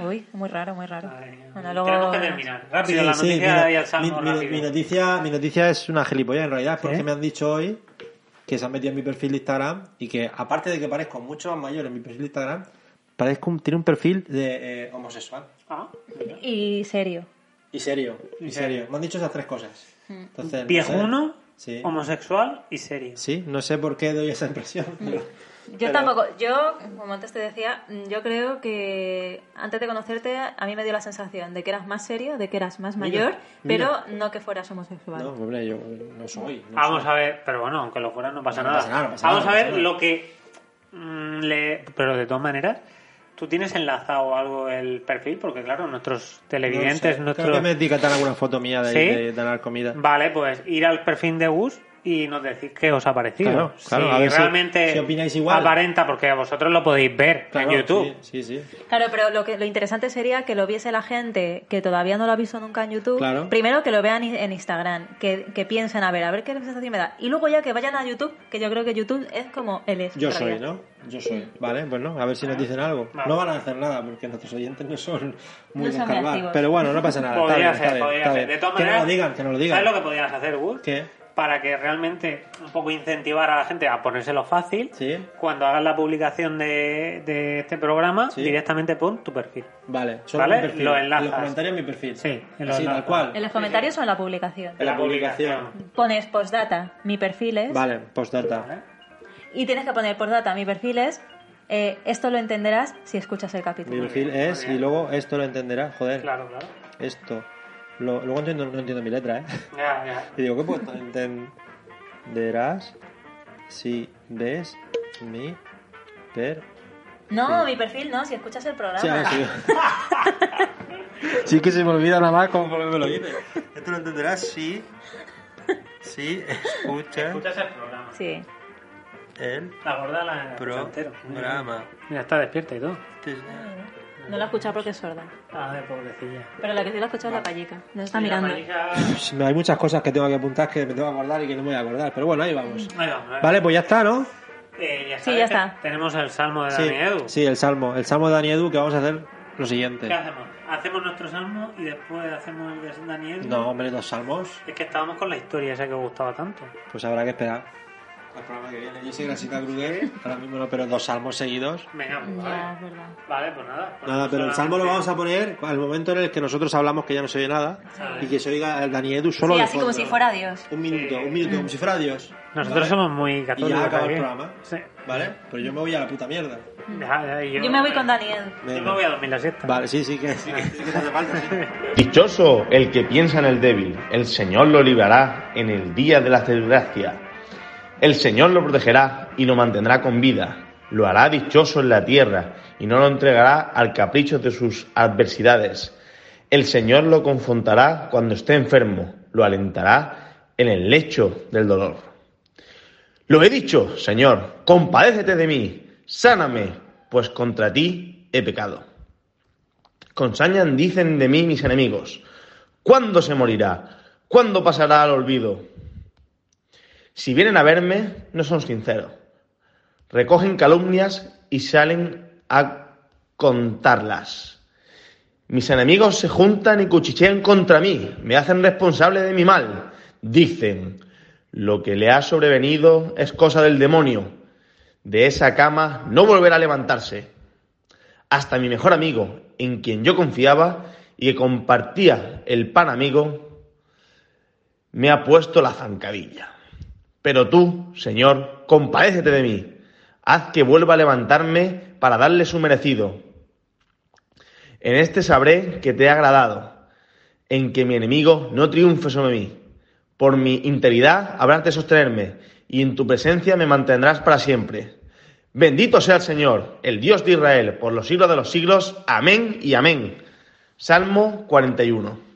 Speaker 3: Uy, muy raro, muy raro.
Speaker 2: Ay,
Speaker 3: Bueno,
Speaker 2: Tenemos
Speaker 3: luego...
Speaker 2: que terminar. Rápido,
Speaker 1: Sí,
Speaker 2: la
Speaker 1: sí,
Speaker 2: noticia
Speaker 1: mira,
Speaker 2: y el salmo
Speaker 1: mi, mi-
Speaker 2: rápido.
Speaker 1: mi noticia, mi noticia es una gilipollas en realidad, porque
Speaker 2: ¿Eh?
Speaker 1: me han dicho hoy que se han metido en mi perfil de Instagram y que aparte de que parezco mucho más mayor en mi perfil de Instagram, parezco un- tiene un perfil de eh, homosexual.
Speaker 2: Ah,
Speaker 3: Y serio.
Speaker 1: Y serio,
Speaker 2: Y
Speaker 1: y serio. Me han dicho esas tres cosas.
Speaker 3: Mm.
Speaker 1: Entonces, no sé.
Speaker 2: Viejuno,
Speaker 1: Sí.
Speaker 2: homosexual y serio.
Speaker 1: Sí, no sé por qué doy esa impresión.
Speaker 3: Mm.
Speaker 1: pero-
Speaker 3: Yo
Speaker 1: pero-
Speaker 3: tampoco, yo, como antes te decía, mm, yo creo que antes de conocerte a mí me dio la sensación de que eras más serio, de que eras más mayor,
Speaker 1: mira.
Speaker 3: pero no que fueras homosexual.
Speaker 1: No, hombre, yo no soy. no
Speaker 2: Vamos a ver, pero bueno, aunque lo fuera no pasa
Speaker 1: No
Speaker 2: nada.
Speaker 1: pasa nada, no pasa
Speaker 2: Vamos
Speaker 1: nada,
Speaker 2: a
Speaker 1: no
Speaker 2: ver
Speaker 1: pasa nada.
Speaker 2: lo que mm, le... Pero de todas maneras, tú tienes enlazado algo el perfil, porque claro, nuestros televidentes,
Speaker 1: No sé,
Speaker 2: nuestros...
Speaker 1: Creo que me etiquetan alguna foto mía de, ahí,
Speaker 2: ¿Sí?
Speaker 1: de, de dar comida.
Speaker 2: Vale, pues ir al perfil de Gus y nos decís qué os ha parecido.
Speaker 1: Claro, claro,
Speaker 2: si
Speaker 1: a ver si-
Speaker 2: realmente
Speaker 1: si opináis igual.
Speaker 2: aparenta, porque a vosotros lo podéis ver
Speaker 1: Claro,
Speaker 2: en YouTube.
Speaker 1: Sí, sí. sí.
Speaker 3: Claro, pero lo, que, lo interesante sería que lo viese la gente que todavía no lo ha visto nunca en YouTube.
Speaker 1: Claro.
Speaker 3: Primero que lo vean i- en Instagram, que, que piensen a ver, a ver qué sensación me da. Y luego ya que vayan a YouTube, que yo creo que YouTube es como el es.
Speaker 1: Yo
Speaker 3: en
Speaker 1: soy,
Speaker 3: realidad.
Speaker 1: ¿no? Yo soy. Vale, pues no, a ver si nos dicen algo.
Speaker 2: Vale.
Speaker 1: No van a hacer nada porque nuestros oyentes no son muy
Speaker 3: No son muy
Speaker 1: descargados.
Speaker 3: activos.
Speaker 1: Pero bueno, no pasa nada.
Speaker 2: Podría
Speaker 1: está bien,
Speaker 2: hacer,
Speaker 1: está bien,
Speaker 2: podría
Speaker 1: está
Speaker 2: hacer.
Speaker 1: bien.
Speaker 2: De todas
Speaker 1: que nos
Speaker 2: maneras,
Speaker 1: lo digan, que nos lo digan.
Speaker 2: ¿Sabes lo que podrías hacer, Gus?
Speaker 1: ¿Qué?
Speaker 2: Para que realmente un poco incentivar a la gente a ponérselo fácil,
Speaker 1: Sí.
Speaker 2: cuando hagas la publicación de, de este programa,
Speaker 1: Sí.
Speaker 2: directamente pon tu perfil.
Speaker 1: Vale, solo
Speaker 2: Vale,
Speaker 1: mi perfil.
Speaker 2: lo
Speaker 1: En
Speaker 2: enlazas.
Speaker 1: los comentarios mi perfil.
Speaker 2: Sí,
Speaker 1: en
Speaker 2: lo
Speaker 1: Así,
Speaker 2: enlazas.
Speaker 1: tal cual.
Speaker 3: ¿En los comentarios o en la publicación?
Speaker 1: En la publicación.
Speaker 3: Pones postdata, mi perfil es.
Speaker 1: Vale,
Speaker 2: ¿Eh?
Speaker 1: postdata.
Speaker 3: Y tienes que poner postdata, mi perfil es. eh, esto lo entenderás si escuchas el
Speaker 1: Mi
Speaker 3: capítulo.
Speaker 1: perfil
Speaker 2: bien, muy
Speaker 1: es,
Speaker 2: bien.
Speaker 1: y luego esto lo entenderá. Joder,
Speaker 2: Claro, claro.
Speaker 1: esto. Lo- luego entiendo- no entiendo mi letra, ¿eh?
Speaker 2: Ya, ya.
Speaker 1: Y digo, ¿qué puedo entenderás si ves mi perfil?
Speaker 3: No, mi perfil no, si escuchas el programa.
Speaker 1: Sí, ahora sí. sí, es que se me olvida nada más como me lo dice. Esto lo entenderás si. Si escuchas
Speaker 2: Escuchas el programa.
Speaker 3: Sí.
Speaker 1: el
Speaker 2: La gorda la la escucha entero.
Speaker 1: programa.
Speaker 2: Mira, está despierta y todo.
Speaker 3: No lo he escuchado porque es sorda.
Speaker 2: Ah, de pobrecilla.
Speaker 3: Pero la que sí lo ha escuchado es la pallica. Nos
Speaker 2: Ah,
Speaker 3: está mirando.
Speaker 2: Ahí va,
Speaker 1: Pues, Hay muchas cosas que tengo que apuntar que me tengo que acordar y que no me voy a acordar, pero bueno, ahí vamos.
Speaker 2: ahí va.
Speaker 1: Vale, pues ya está, ¿no?
Speaker 2: Eh, ya
Speaker 3: Sí, ya
Speaker 2: está.
Speaker 3: está.
Speaker 2: Tenemos el salmo de
Speaker 1: Sí,
Speaker 2: Dani Edu.
Speaker 1: sí, el salmo. El salmo de Dani Edu que vamos a hacer lo siguiente.
Speaker 2: ¿Qué hacemos? ¿Hacemos nuestro salmo y después hacemos el de Dani Edu?
Speaker 1: No, hombre, dos salmos.
Speaker 2: Es que estábamos con la historia esa que gustaba tanto.
Speaker 1: Pues habrá que esperar. Al programa que viene. Yo soy Grasita Kruger, ahora mismo no, pero dos salmos seguidos.
Speaker 2: Venga, pues
Speaker 3: Ya,
Speaker 2: vale.
Speaker 3: es verdad.
Speaker 2: Vale, pues nada. pues
Speaker 1: Nada, pero el salmo lo vamos a poner al momento en el que nosotros hablamos que ya no se oye nada y que se oiga el Dani Edu solo
Speaker 3: Sí,
Speaker 1: de
Speaker 3: así como
Speaker 1: fondo.
Speaker 3: si fuera Dios.
Speaker 1: Un minuto, un minuto, como si fuera Dios.
Speaker 2: Nosotros
Speaker 1: Vale.
Speaker 2: somos muy
Speaker 1: Y
Speaker 2: católicos.
Speaker 1: ya acaba el
Speaker 2: aquí.
Speaker 1: programa.
Speaker 2: Sí.
Speaker 1: ¿Vale? Pero yo me voy a la puta mierda.
Speaker 2: Ya, ya, y yo,
Speaker 3: Yo me voy con Daniel.
Speaker 2: Yo me voy a dormir la siesta.
Speaker 1: Vale, sí, sí que, sí, que- sí que te hace falta, sí.
Speaker 9: Dichoso el que piensa en el débil, el Señor lo librará en el día de la desgracia. El Señor lo protegerá y lo mantendrá con vida, lo hará dichoso en la tierra y no lo entregará al capricho de sus adversidades. El Señor lo confrontará cuando esté enfermo, lo alentará en el lecho del dolor. Lo he dicho, Señor, compadécete de mí, sáname, pues contra ti he pecado. Con sañas dicen de mí mis enemigos, ¿cuándo se morirá? ¿Cuándo pasará al olvido? Si vienen a verme, no son sinceros. Recogen calumnias y salen a contarlas. Mis enemigos se juntan y cuchichean contra mí, me hacen responsable de mi mal. Dicen, lo que le ha sobrevenido es cosa del demonio. De esa cama no volverá a levantarse hasta mi mejor amigo, en quien yo confiaba y que compartía el pan amigo, me ha puesto la zancadilla. Pero tú, Señor, compadécete de mí. Haz que vuelva a levantarme para darle su merecido. En este sabré que te he agradado, en que mi enemigo no triunfe sobre mí. Por mi integridad habrás de sostenerme y en tu presencia me mantendrás para siempre. Bendito sea el Señor, el Dios de Israel, por los siglos de los siglos. Amén y amén. Salmo 41.